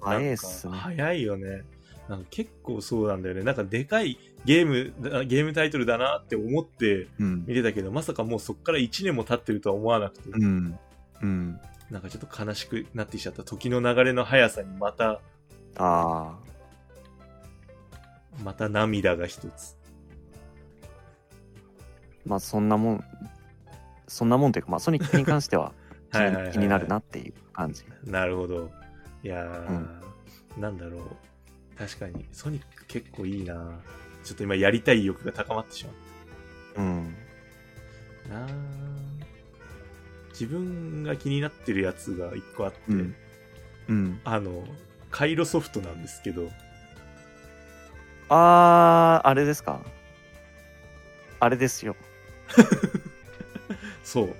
[SPEAKER 2] 早いっすね
[SPEAKER 1] なんか早いよねなんか結構そうなんだよねなんかでかいゲームだゲームタイトルだなって思って
[SPEAKER 2] うん
[SPEAKER 1] 見てたけどまさかもうそっから1年も経ってるとは思わなくて、
[SPEAKER 2] うんうん
[SPEAKER 1] なんかちょっと悲しくなってきちゃった時の流れの速さにまた
[SPEAKER 2] あ
[SPEAKER 1] また涙が一つ
[SPEAKER 2] あまあそんなもんそんなもんというかまあソニックに関しては気
[SPEAKER 1] [laughs] はいはいはいは
[SPEAKER 2] に
[SPEAKER 1] い
[SPEAKER 2] 気になるなっていう感じ
[SPEAKER 1] なるほどいやー、なんだろう確かにソニック結構いいなちょっと今やりたい欲が高まってしまった
[SPEAKER 2] うん
[SPEAKER 1] なあ自分が気になってるやつが一個あって、
[SPEAKER 2] うんうん
[SPEAKER 1] あのカイロソフトなんですけど
[SPEAKER 2] あああれですかあれですよ
[SPEAKER 1] そう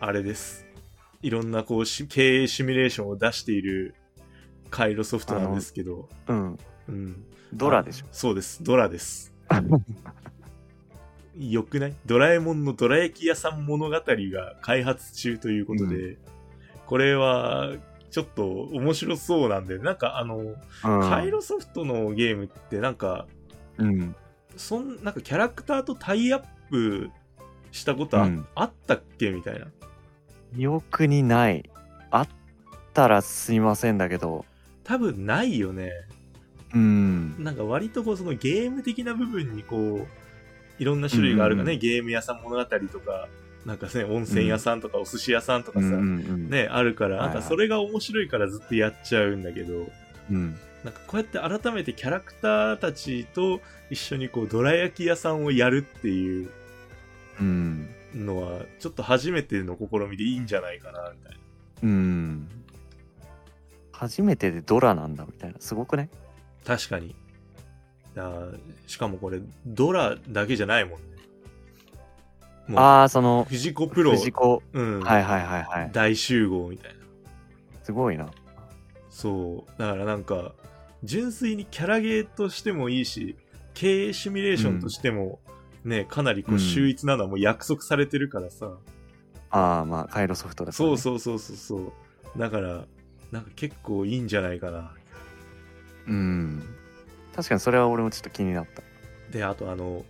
[SPEAKER 1] あれですいろんなこうし経営シミュレーションを出しているカイロソフトなんですけど、
[SPEAKER 2] うん
[SPEAKER 1] うん、
[SPEAKER 2] ドラでしょ
[SPEAKER 1] あそうですドラです [laughs] よくないドラえもんのドラ焼き屋さん物語が開発中ということで、これはちょっと面白そうなんでなんかあのカイロソフトのゲームってなんか、
[SPEAKER 2] うん
[SPEAKER 1] そん、なんかキャラクターとタイアップしたことあ,、
[SPEAKER 2] うん
[SPEAKER 1] あったっけみたいな。
[SPEAKER 2] 記憶にないあったらすいませんだけど
[SPEAKER 1] 多分ないよね。
[SPEAKER 2] うん
[SPEAKER 1] なんか割とこうそのゲーム的な部分にこう、いろんな種類があるからね、
[SPEAKER 2] うん
[SPEAKER 1] ゲーム屋さん物語とか、なんかね、温泉屋さんとかお寿司屋さんとかさ、
[SPEAKER 2] うんうん
[SPEAKER 1] ね、あるから、な
[SPEAKER 2] はいは
[SPEAKER 1] ん
[SPEAKER 2] い
[SPEAKER 1] かそれが面白いからずっとやっちゃうんだけど、
[SPEAKER 2] うん
[SPEAKER 1] なんかこうやって改めてキャラクターたちと一緒にこう、どら焼き屋さんをやるっていう、
[SPEAKER 2] うん
[SPEAKER 1] のはちょっと初めての試みでいいんじゃないかなみたいな
[SPEAKER 2] うん。初めてでドラなんだみたいな。すごくね。
[SPEAKER 1] 確かにいやーしかもこれ、ドラだけじゃないもんね。もう
[SPEAKER 2] ああ、その、
[SPEAKER 1] 藤子プロ、
[SPEAKER 2] 藤子。
[SPEAKER 1] うん
[SPEAKER 2] はいはいはいはい。
[SPEAKER 1] 大集合みたいな。
[SPEAKER 2] すごいな。
[SPEAKER 1] そう。だからなんか、純粋にキャラゲーとしてもいいし、経営シミュレーションとしても、ね、かなりこ
[SPEAKER 2] う
[SPEAKER 1] う、
[SPEAKER 2] ん
[SPEAKER 1] 秀逸なのはもう約束されてるからさ。
[SPEAKER 2] ああ、まあ、回路ソフトだから
[SPEAKER 1] そ
[SPEAKER 2] ね、
[SPEAKER 1] うそうそうそうそう。だから、なんか結構いいんじゃないかな。
[SPEAKER 2] う。うん。確かにそれは俺もちょっと気になった。
[SPEAKER 1] で、あとあの、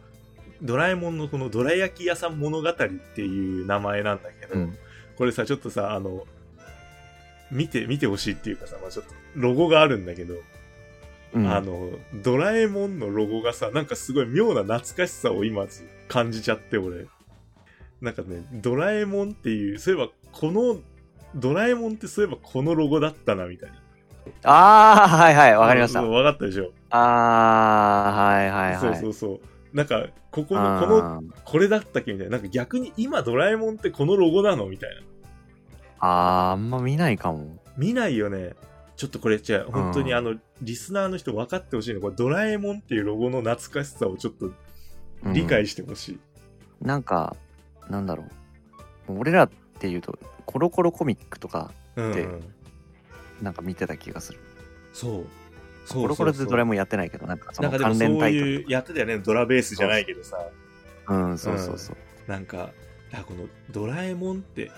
[SPEAKER 1] ドラえもんのこのどら焼き屋さん物語っていう名前なんだけど、
[SPEAKER 2] うん。
[SPEAKER 1] これさ、ちょっとさ、あの、見て、見てほしいっていうかさ、まあちょっと、ロゴがあるんだけど、
[SPEAKER 2] うん、
[SPEAKER 1] あの、ドラえもんのロゴがさ、なんかすごい妙な懐かしさを今感じちゃって、俺。なんかね、ドラえもんっていう、そういえばこの、ドラえもんってそういえばこのロゴだったな、みたいな。
[SPEAKER 2] ああ、はいはい、わかりました。
[SPEAKER 1] そう
[SPEAKER 2] あ
[SPEAKER 1] わかったでしょ。
[SPEAKER 2] あー、はいはいはい。
[SPEAKER 1] そうそうそう。なんか、ここの、
[SPEAKER 2] あー
[SPEAKER 1] この、これだったっけみたいな。なんか逆に今ドラえもんってこのロゴなのみたいな。
[SPEAKER 2] あー、あんま見ないかも。
[SPEAKER 1] 見ないよね。ちょっとこれ、じゃあ、本当にあの、リスナーの人分かってほしいの。これ、ドラえもんっていうロゴの懐かしさをちょっと
[SPEAKER 2] うん
[SPEAKER 1] 理解してほしい。
[SPEAKER 2] なんか、なんだろう。俺らっていうと、コロコロコミックとか、
[SPEAKER 1] うん。
[SPEAKER 2] でなんか見てた気がする。
[SPEAKER 1] そう。そうそうそう
[SPEAKER 2] コロコロでドラえもんやってないけど、なんかそ
[SPEAKER 1] なん
[SPEAKER 2] の
[SPEAKER 1] かでもそ
[SPEAKER 2] 関連
[SPEAKER 1] う
[SPEAKER 2] タイトル
[SPEAKER 1] い
[SPEAKER 2] と
[SPEAKER 1] う、
[SPEAKER 2] か。
[SPEAKER 1] やってたよね。ドラベースじゃないけどさ。
[SPEAKER 2] うん、そうそうそう。
[SPEAKER 1] なんか、あ、このドラえもんって、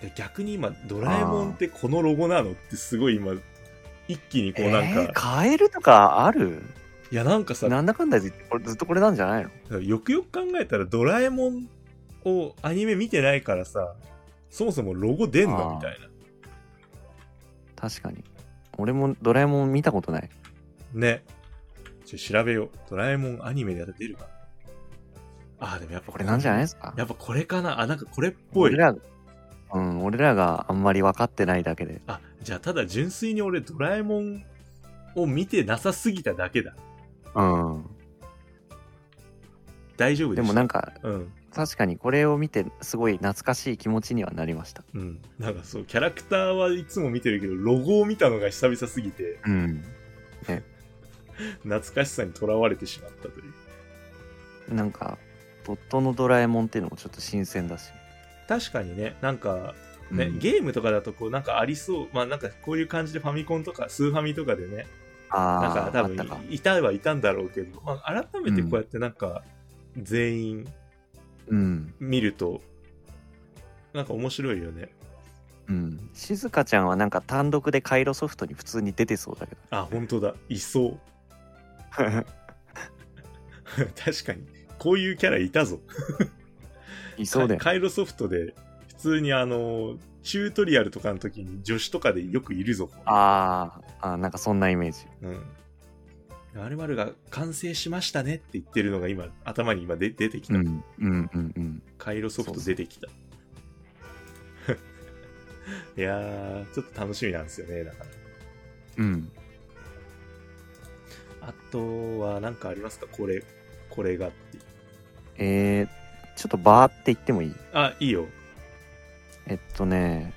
[SPEAKER 1] で逆に今、ドラえもんってこのロゴなのってすごい今、一気にこうなんか、
[SPEAKER 2] えー、カエルとかある
[SPEAKER 1] いやなんかさ、
[SPEAKER 2] なんだかんだ言ってこれずっとこれなんじゃないの
[SPEAKER 1] よくよく考えたらドラえもんをアニメ見てないからさ、そもそもロゴ出ん
[SPEAKER 2] あ
[SPEAKER 1] の
[SPEAKER 2] ー
[SPEAKER 1] みたいな。
[SPEAKER 2] 確かに俺もドラえもん見たことない
[SPEAKER 1] ね。ちょ、調べよう。ドラえもんアニメでやって出るかな。あー、でもやっぱ
[SPEAKER 2] これなんじゃない
[SPEAKER 1] い
[SPEAKER 2] ですか
[SPEAKER 1] やっぱこれかなあ、なんかこれっぽい
[SPEAKER 2] 俺。らうん俺らがあんまり分かってないだけで
[SPEAKER 1] あ、じゃあただ純粋に俺ドラえもんを見てなさすぎただけだ。
[SPEAKER 2] うん
[SPEAKER 1] 大丈夫
[SPEAKER 2] で
[SPEAKER 1] でし
[SPEAKER 2] も
[SPEAKER 1] た
[SPEAKER 2] なんか
[SPEAKER 1] うん。
[SPEAKER 2] 確かにこれを見てすごい懐かしい気持ちにはなりました
[SPEAKER 1] うん。なんかそう、キャラクターはいつも見てるけど、ロゴを見たのが久々すぎて、
[SPEAKER 2] うん
[SPEAKER 1] 懐かしさにとらわれてしまったという。
[SPEAKER 2] なんかドットのドラえもんっていうのもちょっと新鮮だし、
[SPEAKER 1] 確かにね、なんか、ね、
[SPEAKER 2] うん
[SPEAKER 1] ゲームとかだとこうなんかありそう、まあなんかこういう感じでファミコンとかスーファミとかでね、なんか
[SPEAKER 2] あー
[SPEAKER 1] 多
[SPEAKER 2] あったか
[SPEAKER 1] 分いたはいたんだろうけど、まあ改めてこうやってなんか全員
[SPEAKER 2] うん
[SPEAKER 1] 見ると、なんか面白いよね。
[SPEAKER 2] うん静香ちゃんはなんか単独で回路ソフトに普通に出てそうだけど
[SPEAKER 1] あ、本当だ、いそう。 [laughs] 確かに、こういうキャラいたぞ。
[SPEAKER 2] いそうだよね
[SPEAKER 1] カイロソフトで、普通にあの、チュートリアルとかの時に助手とかでよくいるぞ。
[SPEAKER 2] あーあーなんかそんなイメージ
[SPEAKER 1] うん。あるまるが完成しましたねって言ってるのが今、頭に今で出てきた。
[SPEAKER 2] うんうんうんうん
[SPEAKER 1] カイロソフト出てきた。 [laughs] いやー、ちょっと楽しみなんですよね、だから。
[SPEAKER 2] うん
[SPEAKER 1] あとは何かありますかこれ、これがっていう。
[SPEAKER 2] えー、ちょっとバーって言ってもいい
[SPEAKER 1] あ、いいよ。
[SPEAKER 2] えっとね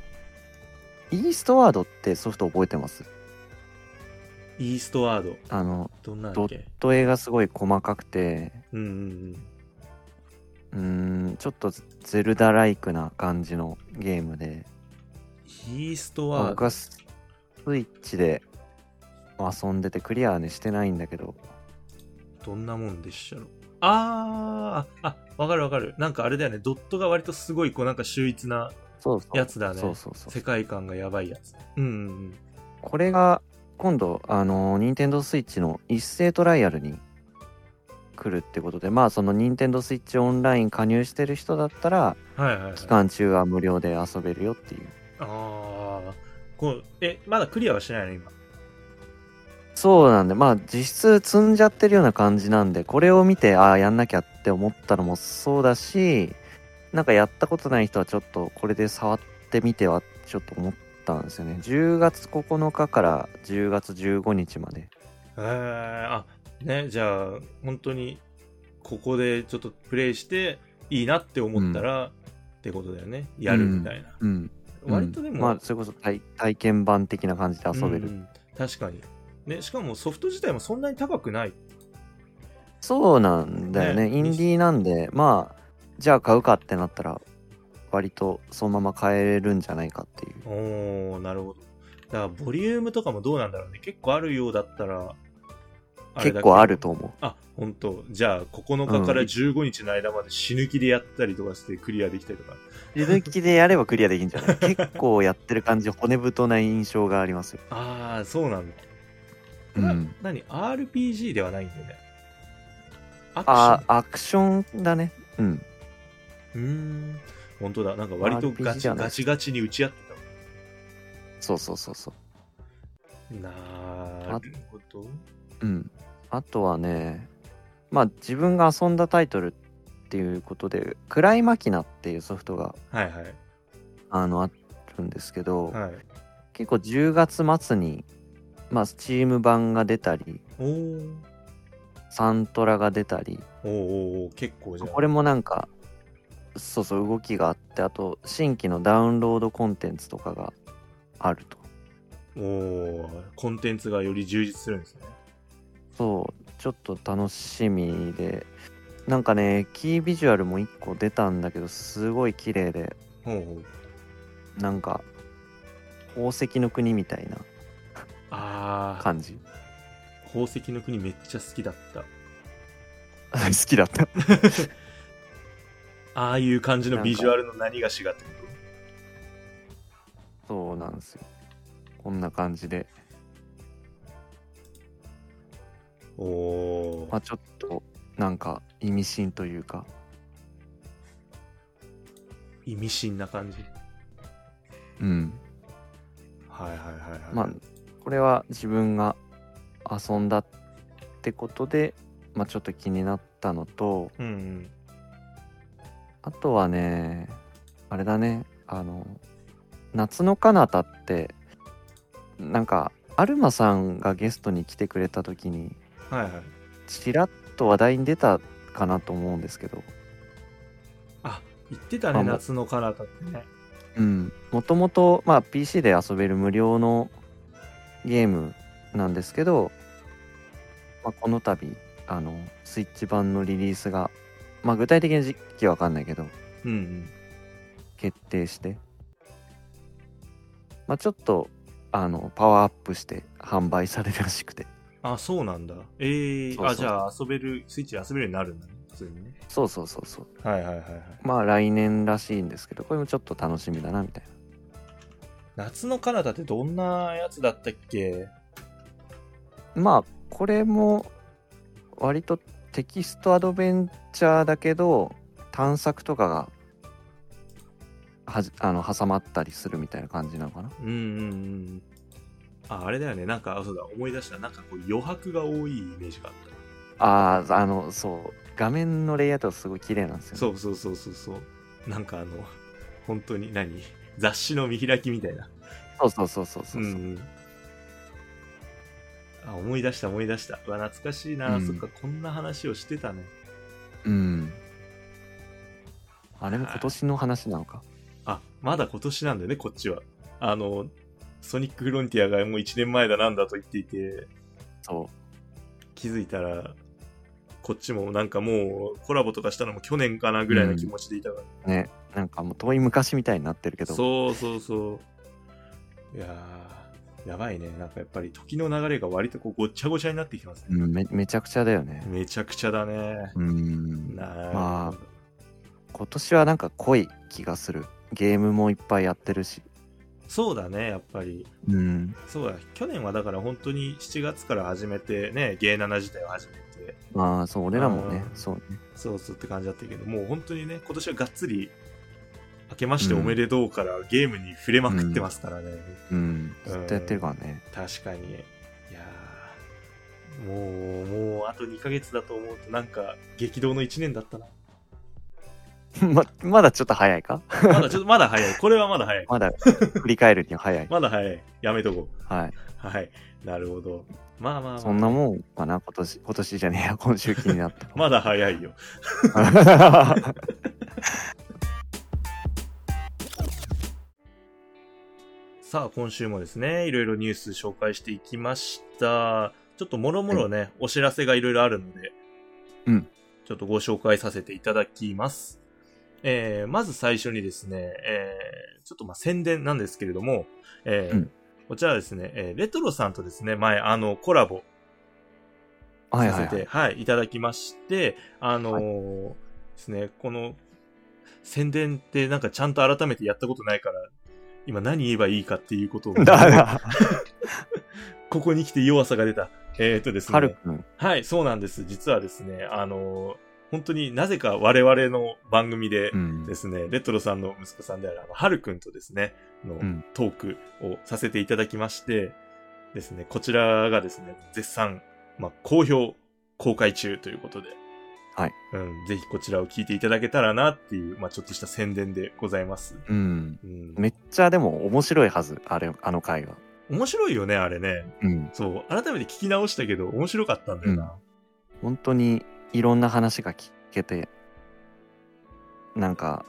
[SPEAKER 2] イーストワードってソフト覚えてます
[SPEAKER 1] イーストワード。
[SPEAKER 2] あの
[SPEAKER 1] どんなんだっけ
[SPEAKER 2] ド絵がすごい細かくて
[SPEAKER 1] うんうん
[SPEAKER 2] うーんちょっとゼルダライクな感じのゲームで
[SPEAKER 1] うん。イーストワー
[SPEAKER 2] 僕
[SPEAKER 1] ド。
[SPEAKER 2] はスイッチで遊んでてクリアはねしてないんだけど
[SPEAKER 1] どんなもんでっしたろあー、あ、わかるわかる。なんかあれだよね、ドットが割とすごい、こうなんか秀逸な
[SPEAKER 2] そうそう
[SPEAKER 1] やつだね。
[SPEAKER 2] そうそうそう
[SPEAKER 1] 世界観がやばいやつ。うんうんうん。
[SPEAKER 2] これが今度あの任天堂スイッチの一斉トライアルに来るってことでまあその任天堂スイッチオンライン加入してる人だったら
[SPEAKER 1] はいはい、はい。
[SPEAKER 2] 期間中は無料で遊べるよっていう
[SPEAKER 1] あー。こうえ、まだクリアはしてないの今。
[SPEAKER 2] そうなんでまあ実質積んじゃってるような感じなんでこれを見てああやんなきゃって思ったのもそうだしなんかやったことない人はちょっとこれで触ってみてはちょっと思ったんですよね10月9日から10月15日まで
[SPEAKER 1] えー、あ、ね、じゃあ、本当に、ここでちょっとプレイして、いいなって思ったら、ってことだよね。やるみたいな。
[SPEAKER 2] うん
[SPEAKER 1] 割とでも、
[SPEAKER 2] うんまあそれこそ体体験版的な感じで遊
[SPEAKER 1] う
[SPEAKER 2] べる、
[SPEAKER 1] ん確かに。ね、しかもソフト自体もそんなに高くない。
[SPEAKER 2] そうなんだよね
[SPEAKER 1] ね
[SPEAKER 2] インディーなんでまあじゃあ買うかってなったら割とそのまま買えるんじゃないかっていう
[SPEAKER 1] おー、なるほど。だから、ボリュームとかもどうなんだろうね。結構あるようだったら、あれだけど
[SPEAKER 2] 結構あると思う
[SPEAKER 1] あ、本当。じゃあ、9日から15日の間まで死ぬ気でやったりとかしてクリアできたりとか。
[SPEAKER 2] 自抜きでやればクリアできるん
[SPEAKER 1] [laughs]
[SPEAKER 2] じゃない結構やってる感じ骨太な印象がありますよ、
[SPEAKER 1] ああ、そうなんだ。
[SPEAKER 2] う、
[SPEAKER 1] なん何 ?RPG ではないんだよね。アクショ
[SPEAKER 2] あ
[SPEAKER 1] ン
[SPEAKER 2] アクションだねうん
[SPEAKER 1] うーん。本当だ。なんか割と
[SPEAKER 2] RPG
[SPEAKER 1] ガチ
[SPEAKER 2] じゃない
[SPEAKER 1] ガチガチに打ち合って
[SPEAKER 2] そうそうそうそ
[SPEAKER 1] た
[SPEAKER 2] う
[SPEAKER 1] もん。なるほど。
[SPEAKER 2] うん、あとはねまあ自分が遊んだタイトルっていうことで「クライマキナ」っていうソフトが
[SPEAKER 1] はいはい。
[SPEAKER 2] あのあるんですけど、
[SPEAKER 1] はい。
[SPEAKER 2] 結構10月末に、まあ、スチーム版が出たり
[SPEAKER 1] おー
[SPEAKER 2] サントラが出たり
[SPEAKER 1] おーおーおー結構じゃあ。
[SPEAKER 2] これもなんかそうそう動きがあってあと新規のダウンロードコンテンツとかがあると
[SPEAKER 1] おおコンテンツがより充実するんですね。
[SPEAKER 2] そうちょっと楽しみでなんかねキービジュアルも1個出たんだけどすごい綺麗で
[SPEAKER 1] ほうほう。
[SPEAKER 2] なんか宝石の国みたいな
[SPEAKER 1] ああ、
[SPEAKER 2] 感じ [laughs]
[SPEAKER 1] 宝石の国めっちゃ好きだった。
[SPEAKER 2] 好きだった
[SPEAKER 1] ああいう感じのビジュアルの何がしがってこと
[SPEAKER 2] そうなんですよこんな感じで、
[SPEAKER 1] お
[SPEAKER 2] ま
[SPEAKER 1] ー
[SPEAKER 2] あ、ちょっとなんか意味深というか
[SPEAKER 1] 意味深な感じ
[SPEAKER 2] うん
[SPEAKER 1] はいはいはいはい、
[SPEAKER 2] まあこれは自分が遊んだってことで、まあ、ちょっと気になったのと
[SPEAKER 1] うんうん
[SPEAKER 2] あとはねあれだねあの夏の彼方ってなんかアルマさんがゲストに来てくれた時に
[SPEAKER 1] はいはい
[SPEAKER 2] ちらっと話題に出たかなと思うんですけど、
[SPEAKER 1] あ言ってたね
[SPEAKER 2] あもう
[SPEAKER 1] 夏の彼方ってね
[SPEAKER 2] うん、もともと、まあ、PC で遊べる無料のゲームなんですけど、まあ、この度あのスイッチ版のリリースが、まあ、具体的な時期は分かんないけど
[SPEAKER 1] うんうん
[SPEAKER 2] 決定して、まあ、ちょっとあのパワーアップして販売されるらしくて
[SPEAKER 1] あそうなんだえー、
[SPEAKER 2] そうそう
[SPEAKER 1] あじゃあ遊べるスイッチで遊べるようになるんだね普通にね
[SPEAKER 2] そうそうそうそう
[SPEAKER 1] はいはいはいはい
[SPEAKER 2] まあ来年らしいんですけどこれもちょっと楽しみだなみたいな
[SPEAKER 1] 夏の彼方ってどんなやつだったっけ
[SPEAKER 2] まあこれも割とテキストアドベンチャーだけど探索とかがはじあの挟まったりするみたいな感じなのかな
[SPEAKER 1] うんうんうんああれだよねなんかあそうだ思い出したなんかこう余白が多いイメージがあった
[SPEAKER 2] あああのそう画面のレイアウトがすごい綺麗なんですよ、ね、
[SPEAKER 1] そうそうそうそうそう。なんかあの、本当に何雑誌の見開きみたいな。
[SPEAKER 2] そうそうそうそうそう、
[SPEAKER 1] ん。あ、思い出した思い出した。うわ、懐かしいな。
[SPEAKER 2] うん
[SPEAKER 1] そっか、こんな話をしてたね。
[SPEAKER 2] うんあれも今年の話なのか
[SPEAKER 1] あ、まだ今年なんだよね、こっちは。あの、ソニックフロンティアがもう1年前だなんだと言っていて、
[SPEAKER 2] そ
[SPEAKER 1] 気づいたら、こっちもなんかもうコラボとかしたのも去年かなぐらいの気持ちでいたから。
[SPEAKER 2] うねなんかもう遠い昔みたいになってるけど
[SPEAKER 1] そうそうそう。いやー、やばいね。なんかやっぱり時の流れが割とこうごっちゃごちゃになってきてますね。
[SPEAKER 2] ん、めめちゃくちゃだよね
[SPEAKER 1] めちゃくちゃだね。
[SPEAKER 2] うんま
[SPEAKER 1] な
[SPEAKER 2] あ今年はなんか濃い気がするゲームもいっぱいやってるし
[SPEAKER 1] そうだね、やっぱり。
[SPEAKER 2] うん
[SPEAKER 1] そうだ、去年はだから本当に7月から始めて、ね、ゲイナナ自体を始めて、
[SPEAKER 2] まあそう俺らもね
[SPEAKER 1] あー
[SPEAKER 2] そうね
[SPEAKER 1] そうそうって感じだったけど、もう本当にね、今年はがっつり、明けましておめでとうからゲームに触れまくってますからね。
[SPEAKER 2] うんずっとやってるからね [laughs]
[SPEAKER 1] 確かに。いやーもう、もう、あと2ヶ月だと思うと、なんか、激動の1年だった [laughs] な。
[SPEAKER 2] ままだちょっと早いか
[SPEAKER 1] まだ、ちょっと、まだ早い。これはまだ早い。
[SPEAKER 2] まだ振り返るには
[SPEAKER 1] [laughs]
[SPEAKER 2] 早い
[SPEAKER 1] まだ早い。やめとこう。
[SPEAKER 2] はい
[SPEAKER 1] はい。なるほど。まあまあまあ、
[SPEAKER 2] そんなもんかな今年今年じゃね
[SPEAKER 1] [laughs]
[SPEAKER 2] えや今週気になった
[SPEAKER 1] まだ早いよ。さあ、今週もですね、いろいろニュース紹介していきました。ちょっともろもろね、お知らせがいろいろあるので、
[SPEAKER 2] うん
[SPEAKER 1] ちょっとご紹介させていただきます。えーまず最初にですね、えーちょっとまあ宣伝なんですけれども、えー
[SPEAKER 2] うん
[SPEAKER 1] こちらはですね、えーレトロさんとですね、前、あの、コラボ
[SPEAKER 2] [laughs] はい
[SPEAKER 1] さ
[SPEAKER 2] はい
[SPEAKER 1] せ
[SPEAKER 2] は
[SPEAKER 1] て、
[SPEAKER 2] い
[SPEAKER 1] はい、いただきまして、あのーですね、この、宣伝ってなんかちゃんと改めてやったことないから、今何言えばいいかっていうこと
[SPEAKER 2] [laughs]
[SPEAKER 1] を、
[SPEAKER 2] だ
[SPEAKER 1] [laughs]
[SPEAKER 2] から、
[SPEAKER 1] ここに来て弱さが出た。えーっとですね。
[SPEAKER 2] はるくん。
[SPEAKER 1] はい、そうなんです。実はですね、あの、本当になぜか我々の番組で
[SPEAKER 2] うん
[SPEAKER 1] ですね、レトロさんの息子さんである、あの、はるくんとですね、の
[SPEAKER 2] ん
[SPEAKER 1] トークをさせていただきまして、ですね、こちらがですね、絶賛、まあ、好評公開中ということで、
[SPEAKER 2] はい。
[SPEAKER 1] うん、ぜひこちらを聞いていただけたらなっていう、まあ、ちょっとした宣伝でございます。
[SPEAKER 2] うん。
[SPEAKER 1] うん。
[SPEAKER 2] めっちゃでも面白いはず、あれ、あの回は。
[SPEAKER 1] 面白いよね、あれね。
[SPEAKER 2] うん。
[SPEAKER 1] そう、改めて聞き直したけど、面白かったんだよな。
[SPEAKER 2] 本当にいろんな話が聞けて、なんか、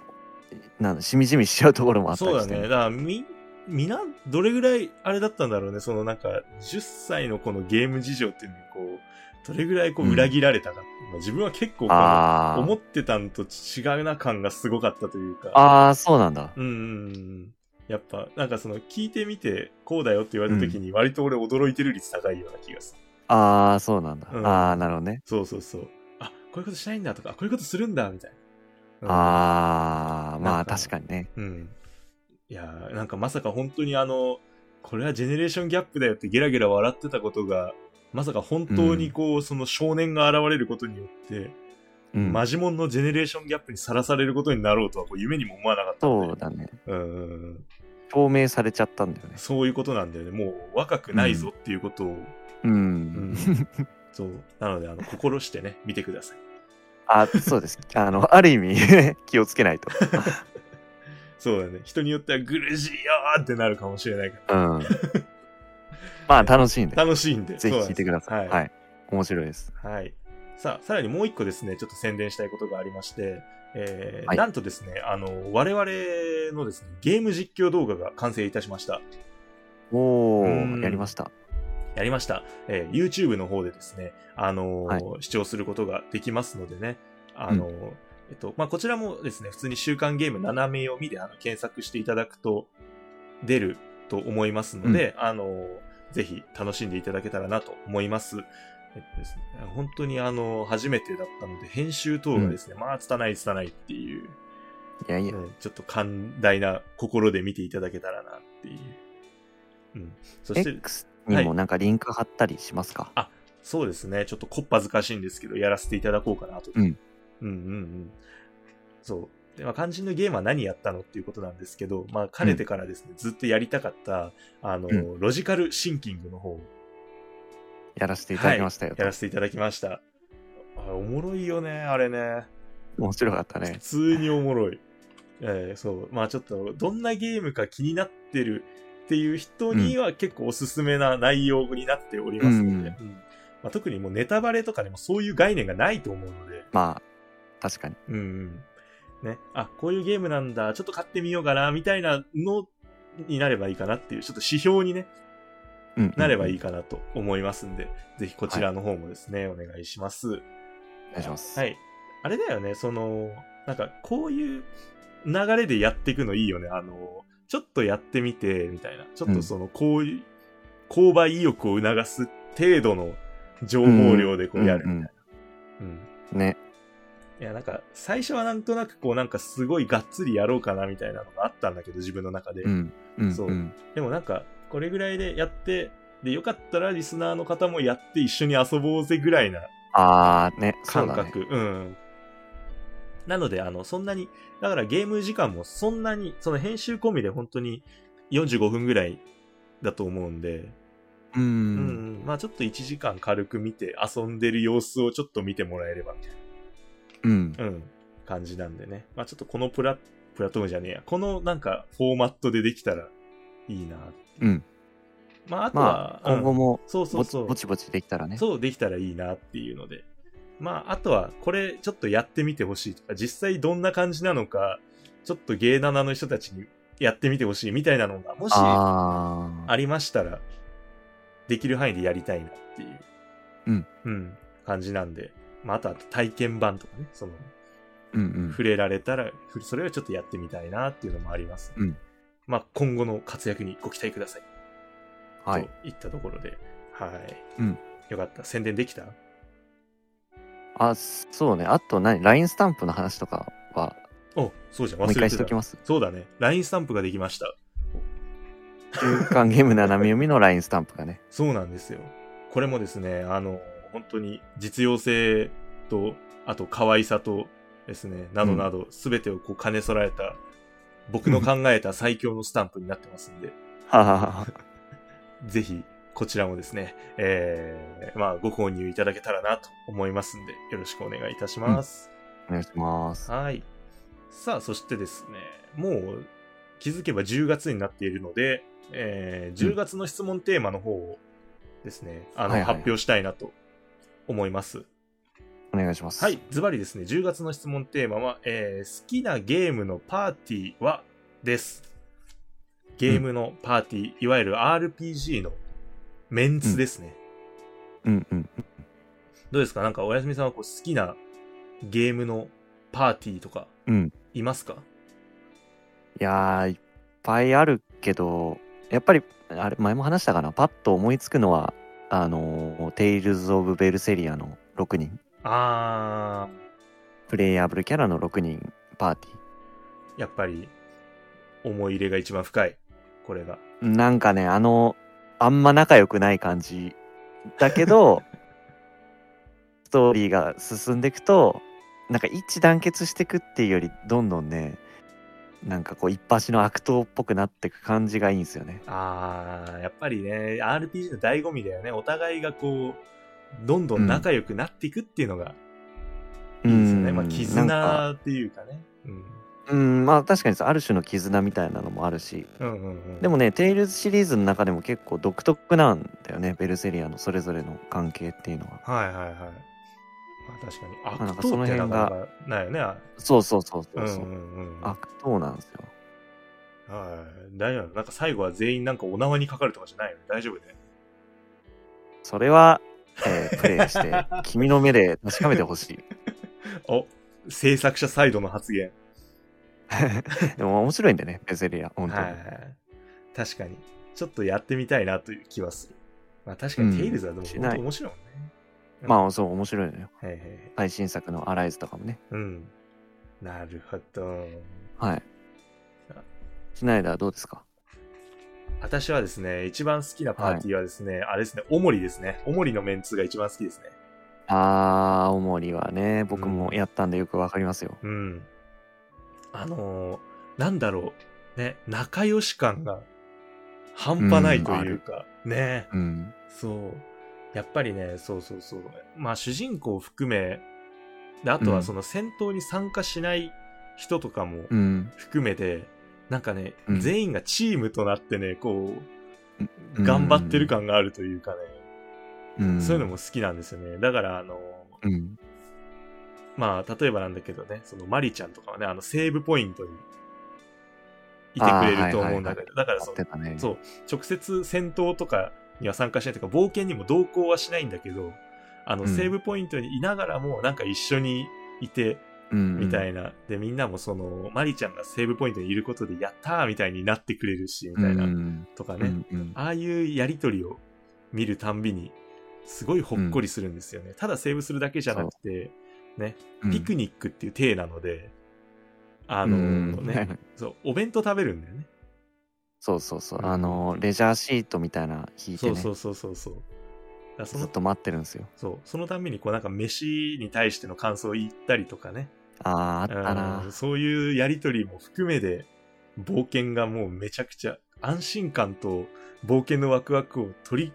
[SPEAKER 2] なんだしみじみしちゃうところもあった
[SPEAKER 1] そう
[SPEAKER 2] り
[SPEAKER 1] だ
[SPEAKER 2] して。
[SPEAKER 1] ね。だから、み、みな、どれぐらい、あれだったんだろうね。そのなんか、10歳のこのゲーム事情っていうのに、こう、どれぐらいこう
[SPEAKER 2] うん
[SPEAKER 1] 裏切られたかっていう、まあ自分は結構こう
[SPEAKER 2] あ
[SPEAKER 1] 思
[SPEAKER 2] ー
[SPEAKER 1] ってたんと違うな感がすごかったというか。
[SPEAKER 2] あー、そうなんだ。
[SPEAKER 1] うんうんうん。やっぱ、なんかその、聞いてみて、こうだよって言われた時に、割と俺驚いてる率高いような気がする。
[SPEAKER 2] ああ、そうなんだ。
[SPEAKER 1] うん
[SPEAKER 2] ああ、なるほどね。
[SPEAKER 1] そうそうそう。あ、こういうことしないんだとか、あこういうことするんだ、みたいな。うん
[SPEAKER 2] ああ、ま
[SPEAKER 1] なん
[SPEAKER 2] あ
[SPEAKER 1] か
[SPEAKER 2] 確かにね。
[SPEAKER 1] うん。いやーなんかまさか本当にあの、これはジェネレーションギャップだよってゲラゲラ笑ってたことが、まさか本当にこう、その少年が現れることによって、
[SPEAKER 2] うん、
[SPEAKER 1] マジモンのジェネレーションギャップにさらされることになろうとはこう夢にも思わなかったんで
[SPEAKER 2] そうだね。
[SPEAKER 1] うんうんうん
[SPEAKER 2] 証明されちゃったんだよね。
[SPEAKER 1] そういうことなんだよね。もう若くないぞっていうことを。
[SPEAKER 2] う
[SPEAKER 1] うん
[SPEAKER 2] ん。
[SPEAKER 1] そう。なので、あの、心して
[SPEAKER 2] [laughs]
[SPEAKER 1] ね、見てください。
[SPEAKER 2] あそう
[SPEAKER 1] [laughs]
[SPEAKER 2] です。あの、ある意味 [laughs] 気をつけないと。
[SPEAKER 1] そうだね。人によっては苦しいよーってなるかもしれないか
[SPEAKER 2] うん。
[SPEAKER 1] [laughs]
[SPEAKER 2] まあ楽しいんで、
[SPEAKER 1] ら。楽しいんで。
[SPEAKER 2] ぜひ
[SPEAKER 1] そうなん
[SPEAKER 2] 聞
[SPEAKER 1] で
[SPEAKER 2] い
[SPEAKER 1] す
[SPEAKER 2] てください。
[SPEAKER 1] は
[SPEAKER 2] はいい。面白いです。
[SPEAKER 1] はい。さあ、さらにもう一個ですね、ちょっと宣伝したいことがありまして、えー
[SPEAKER 2] はい
[SPEAKER 1] なんとですね、あの、我々のですね、ゲーム実況動画が完成いたしました。
[SPEAKER 2] お
[SPEAKER 1] うん
[SPEAKER 2] ー、やりました。
[SPEAKER 1] やりました。えー YouTube の方でですね、あのー
[SPEAKER 2] はい
[SPEAKER 1] 視聴することができますのでね、あのーえっと、まあ、こちらもですね、普通に週刊ゲーム斜め読みであの検索していただくと出ると思いますので、あのーぜひ楽しんでいただけたらなと思います。えっとですね、本当にあのー初めてだったので、編集等がですね、まあ、つたないつたないっていう、
[SPEAKER 2] いやいや。
[SPEAKER 1] うんちょっと寛大な心で見ていただけたらなっていう。うん。そして、
[SPEAKER 2] X にもなんかリンク貼ったりしますか、
[SPEAKER 1] あそうですね。ちょっとこっぱずかしいんですけど、やらせていただこうかなと。
[SPEAKER 2] うん。
[SPEAKER 1] うんうんうん。そう。で、まあ、肝心のゲームは何やったのっていうことなんですけど、まあ、かねてからですね、ずっとやりたかった、あの、
[SPEAKER 2] う
[SPEAKER 1] ロジカルシンキングの方を
[SPEAKER 2] やらせていただきましたよと。
[SPEAKER 1] やらせていただきました。あおもろいよね、あれね。
[SPEAKER 2] 面白かった
[SPEAKER 1] 普
[SPEAKER 2] ね。
[SPEAKER 1] 通におもろい。 [laughs] えーそう。まあちょっと、どんなゲームか気になってるっていう人には結構おすすめな内容になっておりますので、うんまあ、特にもうネタバレとかでもそういう概念がないと思うので、
[SPEAKER 2] まあ、確かに。
[SPEAKER 1] うんうん。ね。あ、こういうゲームなんだ、ちょっと買ってみようかな、みたいなのになればいいかなっていう、ちょっと指標にね、
[SPEAKER 2] うんうん
[SPEAKER 1] なればいい。かなと思いますんで、ぜひこちらの方もですね、お願いします。
[SPEAKER 2] お願いします。
[SPEAKER 1] はい。あれだよね、その、なんか、こういう流れでやっていくのいいよね。あの、ちょっとやってみて、みたいな。ちょっとその、こういう、購買意欲を促す程度の情報量でこうやる。
[SPEAKER 2] んん
[SPEAKER 1] うん
[SPEAKER 2] うんね。
[SPEAKER 1] いや、なんか、最初はなんとなくこう、なんかすごいがっつりやろうかな、みたいなのがあったんだけど、自分の中で。
[SPEAKER 2] うん。うん。
[SPEAKER 1] そうんでもなんか、これぐらいでやって、で、よかったらリスナーの方もやって一緒に遊ぼうぜぐらいな
[SPEAKER 2] ああ、ね。そう
[SPEAKER 1] 感
[SPEAKER 2] だね。
[SPEAKER 1] 覚う、ん。なので、あの、そんなに、だからゲーム時間もそんなに、その編集込みで本当に45分ぐらいだと思うんで、
[SPEAKER 2] う
[SPEAKER 1] うん、
[SPEAKER 2] ん。
[SPEAKER 1] まあちょっと1時間軽く見て遊んでる様子をちょっと見てもらえればみたい
[SPEAKER 2] うん。
[SPEAKER 1] な、うん、感じなんでね。まあちょっとこのプラ、プラットフォームじゃねえや、このなんかフォーマットでできたらいいな。
[SPEAKER 2] うん。
[SPEAKER 1] まああと
[SPEAKER 2] ま
[SPEAKER 1] は、
[SPEAKER 2] あ、今後
[SPEAKER 1] うん
[SPEAKER 2] も
[SPEAKER 1] そうそ
[SPEAKER 2] ぼ
[SPEAKER 1] う
[SPEAKER 2] ち
[SPEAKER 1] そう。
[SPEAKER 2] ぼちぼちできたらね。
[SPEAKER 1] そうできたらいいなっていうので。まあ、あとは、これちょっとやってみてほしいとか、実際どんな感じなのか、ちょっと芸ナナの人たちにやってみてほしいみたいなのが、もしあ
[SPEAKER 2] ああ。
[SPEAKER 1] りましたら、できる範囲でやりたいなっていう、
[SPEAKER 2] うん
[SPEAKER 1] 感じなんで、まあ、あとは体験版とかね、その、
[SPEAKER 2] うんうん
[SPEAKER 1] 触れられたら、ふそれをちょっとやってみたいなっていうのもあります。
[SPEAKER 2] うん
[SPEAKER 1] まあ、今後の活躍にご期待ください。
[SPEAKER 2] はい
[SPEAKER 1] といったところで、はい。
[SPEAKER 2] うん
[SPEAKER 1] よかった。宣伝できた
[SPEAKER 2] あそうねあと何 LINE スタンプの話とかは
[SPEAKER 1] お、そうじゃん、忘
[SPEAKER 2] も
[SPEAKER 1] れ
[SPEAKER 2] う
[SPEAKER 1] てた。
[SPEAKER 2] 一回しときます
[SPEAKER 1] そうだね。LINE スタンプができました。
[SPEAKER 2] 中間ゲーム斜め読みの LINE スタンプが
[SPEAKER 1] [laughs]
[SPEAKER 2] ね
[SPEAKER 1] そうなんですよ。これもですね、あの、本当に実用性と、あと可愛さとですね、などなど、すべてをこう兼ね備えた、僕の考えた最強のスタンプになってますんで、
[SPEAKER 2] はははは
[SPEAKER 1] ぜひ、こちらもですね、えー、まあ、ご購入いただけたらなと思いますんで、よろしくお願いいたします。
[SPEAKER 2] お願いします
[SPEAKER 1] はい。さあ、そしてですね、もう気づけば10月になっているので、えー10月の質問テーマの方をですね、あの、
[SPEAKER 2] はいはいはい
[SPEAKER 1] 発表したいなと思います。
[SPEAKER 2] お願いします
[SPEAKER 1] はい、ズバリですね、10月の質問テーマは、えー好きなゲームのパーティーはです。ゲームのパーティー、いわゆる RPG のメンツですね。
[SPEAKER 2] うんうん
[SPEAKER 1] どうですかなんか、おやすみさんはこう好きなゲームのパーティーとか
[SPEAKER 2] うん
[SPEAKER 1] いますか、
[SPEAKER 2] いやーいっぱいあるけどやっぱりあれ前も話したかなパッと思いつくのはあのーテイルズ・オブ・ベルセリアの6人
[SPEAKER 1] あー、
[SPEAKER 2] プレイヤブルキャラの6人パーテ
[SPEAKER 1] やっぱり思い入れが一番深い。これが。
[SPEAKER 2] ィーなんかねあのあんま仲良くない感じだけ [laughs] どストーリーが進んでいくとなんか一致団結していくっていうよりどんどんねなんかこう一発の悪党っぽくなっていく感じがいいんですよね
[SPEAKER 1] あー、やっぱりね、RPG の醍醐味だよね。お互いがこう、どんどん仲良くなっていくっていうのがいいですよね。
[SPEAKER 2] うん
[SPEAKER 1] まあ、
[SPEAKER 2] なんか
[SPEAKER 1] 絆っていうかね。うん。
[SPEAKER 2] うんまあ確かにそうある種の絆みたいなのもあるし
[SPEAKER 1] うんうんうん。
[SPEAKER 2] でもね「テイルズ」シリーズの中でも結構独特なんだよねベルセリアのそれぞれの関係っていうのは
[SPEAKER 1] はいはいはい。まあ、確かに。
[SPEAKER 2] あなん
[SPEAKER 1] 悪
[SPEAKER 2] かそ
[SPEAKER 1] 党
[SPEAKER 2] の
[SPEAKER 1] って
[SPEAKER 2] 辺
[SPEAKER 1] な
[SPEAKER 2] が
[SPEAKER 1] かなかないよね。あ
[SPEAKER 2] そうそうそう
[SPEAKER 1] う
[SPEAKER 2] そ
[SPEAKER 1] ん
[SPEAKER 2] う
[SPEAKER 1] う
[SPEAKER 2] そう、
[SPEAKER 1] んうん。
[SPEAKER 2] 悪党なんですよ
[SPEAKER 1] はい。大丈夫。なんか最後は全員なんかお縄にかかるとかじゃないよね。大丈夫ね。
[SPEAKER 2] それは、えープレ
[SPEAKER 1] [laughs]
[SPEAKER 2] イして君の目で確かめてほしい
[SPEAKER 1] お、制作者サイドの発言。
[SPEAKER 2] でも面白いんでねベルセリア本当に、
[SPEAKER 1] はい。確かに。ちょっとやってみたいなという気はする。まあ確かに、
[SPEAKER 2] うん
[SPEAKER 1] テイルズはでも
[SPEAKER 2] し
[SPEAKER 1] 本
[SPEAKER 2] ない
[SPEAKER 1] 当面白いもんね。
[SPEAKER 2] まあそう面白いのよ
[SPEAKER 1] へいへいへい
[SPEAKER 2] 最新作の「アライズ」とかもね
[SPEAKER 1] うん。なるほど。
[SPEAKER 2] はいシナイダーはどうですか
[SPEAKER 1] 私はですね、一番好きなパーティーはですね、あれですね、オモリですね。オモリのメンツが一番好きですね。
[SPEAKER 2] あー青森はね僕もやったんでよくわかりますよ、
[SPEAKER 1] うん。あのーなんだろう。ね、仲良し感が半端ないというか、ね。
[SPEAKER 2] うん、
[SPEAKER 1] そう。やっぱりね、そうそうそう。まあ、主人公を含め、であと
[SPEAKER 2] う
[SPEAKER 1] は
[SPEAKER 2] ん
[SPEAKER 1] その戦闘に参加しない人とかも
[SPEAKER 2] うん
[SPEAKER 1] 含めて、なんかね、
[SPEAKER 2] うん
[SPEAKER 1] 全員がチームとなってね、こ
[SPEAKER 2] う
[SPEAKER 1] う、
[SPEAKER 2] ん
[SPEAKER 1] 頑張ってる感があるというかね、
[SPEAKER 2] うん、
[SPEAKER 1] そういうのも好きなんですよね。だから、あの、
[SPEAKER 2] うん
[SPEAKER 1] まあ、例えばなんだけどね、そのマリちゃんとかはね、あの、セーブポイントにいてくれると思うんだけど、だから
[SPEAKER 2] や
[SPEAKER 1] そ
[SPEAKER 2] っ
[SPEAKER 1] の
[SPEAKER 2] て、たね
[SPEAKER 1] そう直接戦闘とかには参加しないというか冒険にも同行はしないんだけどあの、
[SPEAKER 2] うん
[SPEAKER 1] セーブポイントにいながらもなんか一緒にいて
[SPEAKER 2] うん
[SPEAKER 1] みたいな、でみんなもそのマリちゃんがセーブポイントにいることでやったーみたいになってくれるしみたいな、
[SPEAKER 2] うん
[SPEAKER 1] とか
[SPEAKER 2] う
[SPEAKER 1] ね、
[SPEAKER 2] んうん
[SPEAKER 1] ああいうやり取りを見るたんびにすごいほっこりするんですよね、ただセーブするだけじゃなくてね
[SPEAKER 2] うん
[SPEAKER 1] ピクニックっていう体なのであの
[SPEAKER 2] うん
[SPEAKER 1] ね、
[SPEAKER 2] [laughs]
[SPEAKER 1] そうお弁当食べるんだよね
[SPEAKER 2] そうそうそう、
[SPEAKER 1] うん
[SPEAKER 2] あのレジャーシートみたいな引いて
[SPEAKER 1] そ
[SPEAKER 2] ね
[SPEAKER 1] うそうそうそうそうだからそ
[SPEAKER 2] ず
[SPEAKER 1] の
[SPEAKER 2] っと待ってるんですよ
[SPEAKER 1] そう。そのために、こうなんか飯に対しての感想を言ったりとかね。
[SPEAKER 2] あーあったな
[SPEAKER 1] うんそういうやりとりも含めで、冒険がもうめちゃくちゃ安心感と冒険のワクワクを取り、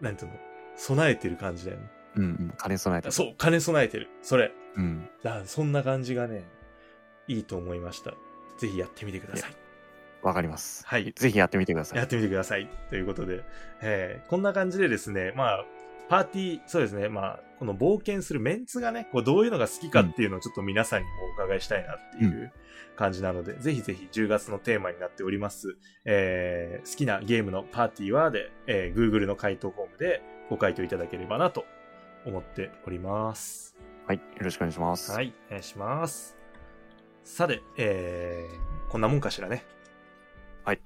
[SPEAKER 1] なんていうの、備えてる感じだよね。
[SPEAKER 2] うんうん兼ね備えて
[SPEAKER 1] そう、兼ね備えてる。それ。
[SPEAKER 2] うん
[SPEAKER 1] だそんな感じがね、いいと思いました。ぜひやってみてください。
[SPEAKER 2] わかります
[SPEAKER 1] はい
[SPEAKER 2] ぜひやってみてくださ
[SPEAKER 1] や
[SPEAKER 2] い
[SPEAKER 1] ってみてください。ということで、えーこんな感じでですね、まあ、パーティー、そうですね、まあ、この冒険するメンツがね、こうどういうのが好きかっていうのをちょっと皆さんにもお伺いしたいなっていう感じなので、ぜひぜひ10月のテーマになっております、えー好きなゲームのパーティーはで、えー Google の回答フォームでご回答いただければなと思っております。
[SPEAKER 2] はい、よろしくお願いします。
[SPEAKER 1] はい、お願いします。さて、えー、こんなもんかしらね。
[SPEAKER 2] はい。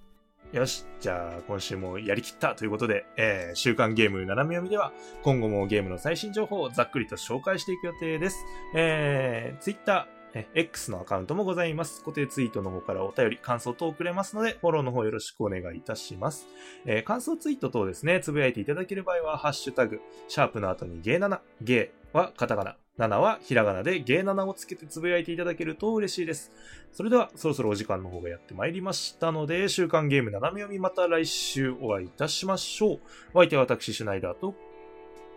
[SPEAKER 1] よし、じゃあ今週もやりきったということで、えー、週刊ゲーム斜め読みでは、今後もゲームの最新情報をざっくりと紹介していく予定です。えー、Twitter、え X のアカウントもございます。固定ツイートの方からお便り、感想等をくれますので、フォローの方よろしくお願いいたします。えー感想ツイート等ですね、つぶやいていただける場合は、ハッシュタグ、シャープの後にゲー7、ゲーはカタカナ、7はひらがなでゲー7をつけてつぶやいていただけると嬉しいです。それでは、そろそろお時間の方がやってまいりましたので、週刊ゲーム斜め読みまた来週お会いいたしましょう。お相手は私、シュナイダーと、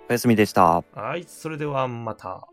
[SPEAKER 2] おやすみでした。
[SPEAKER 1] はい、それではまた。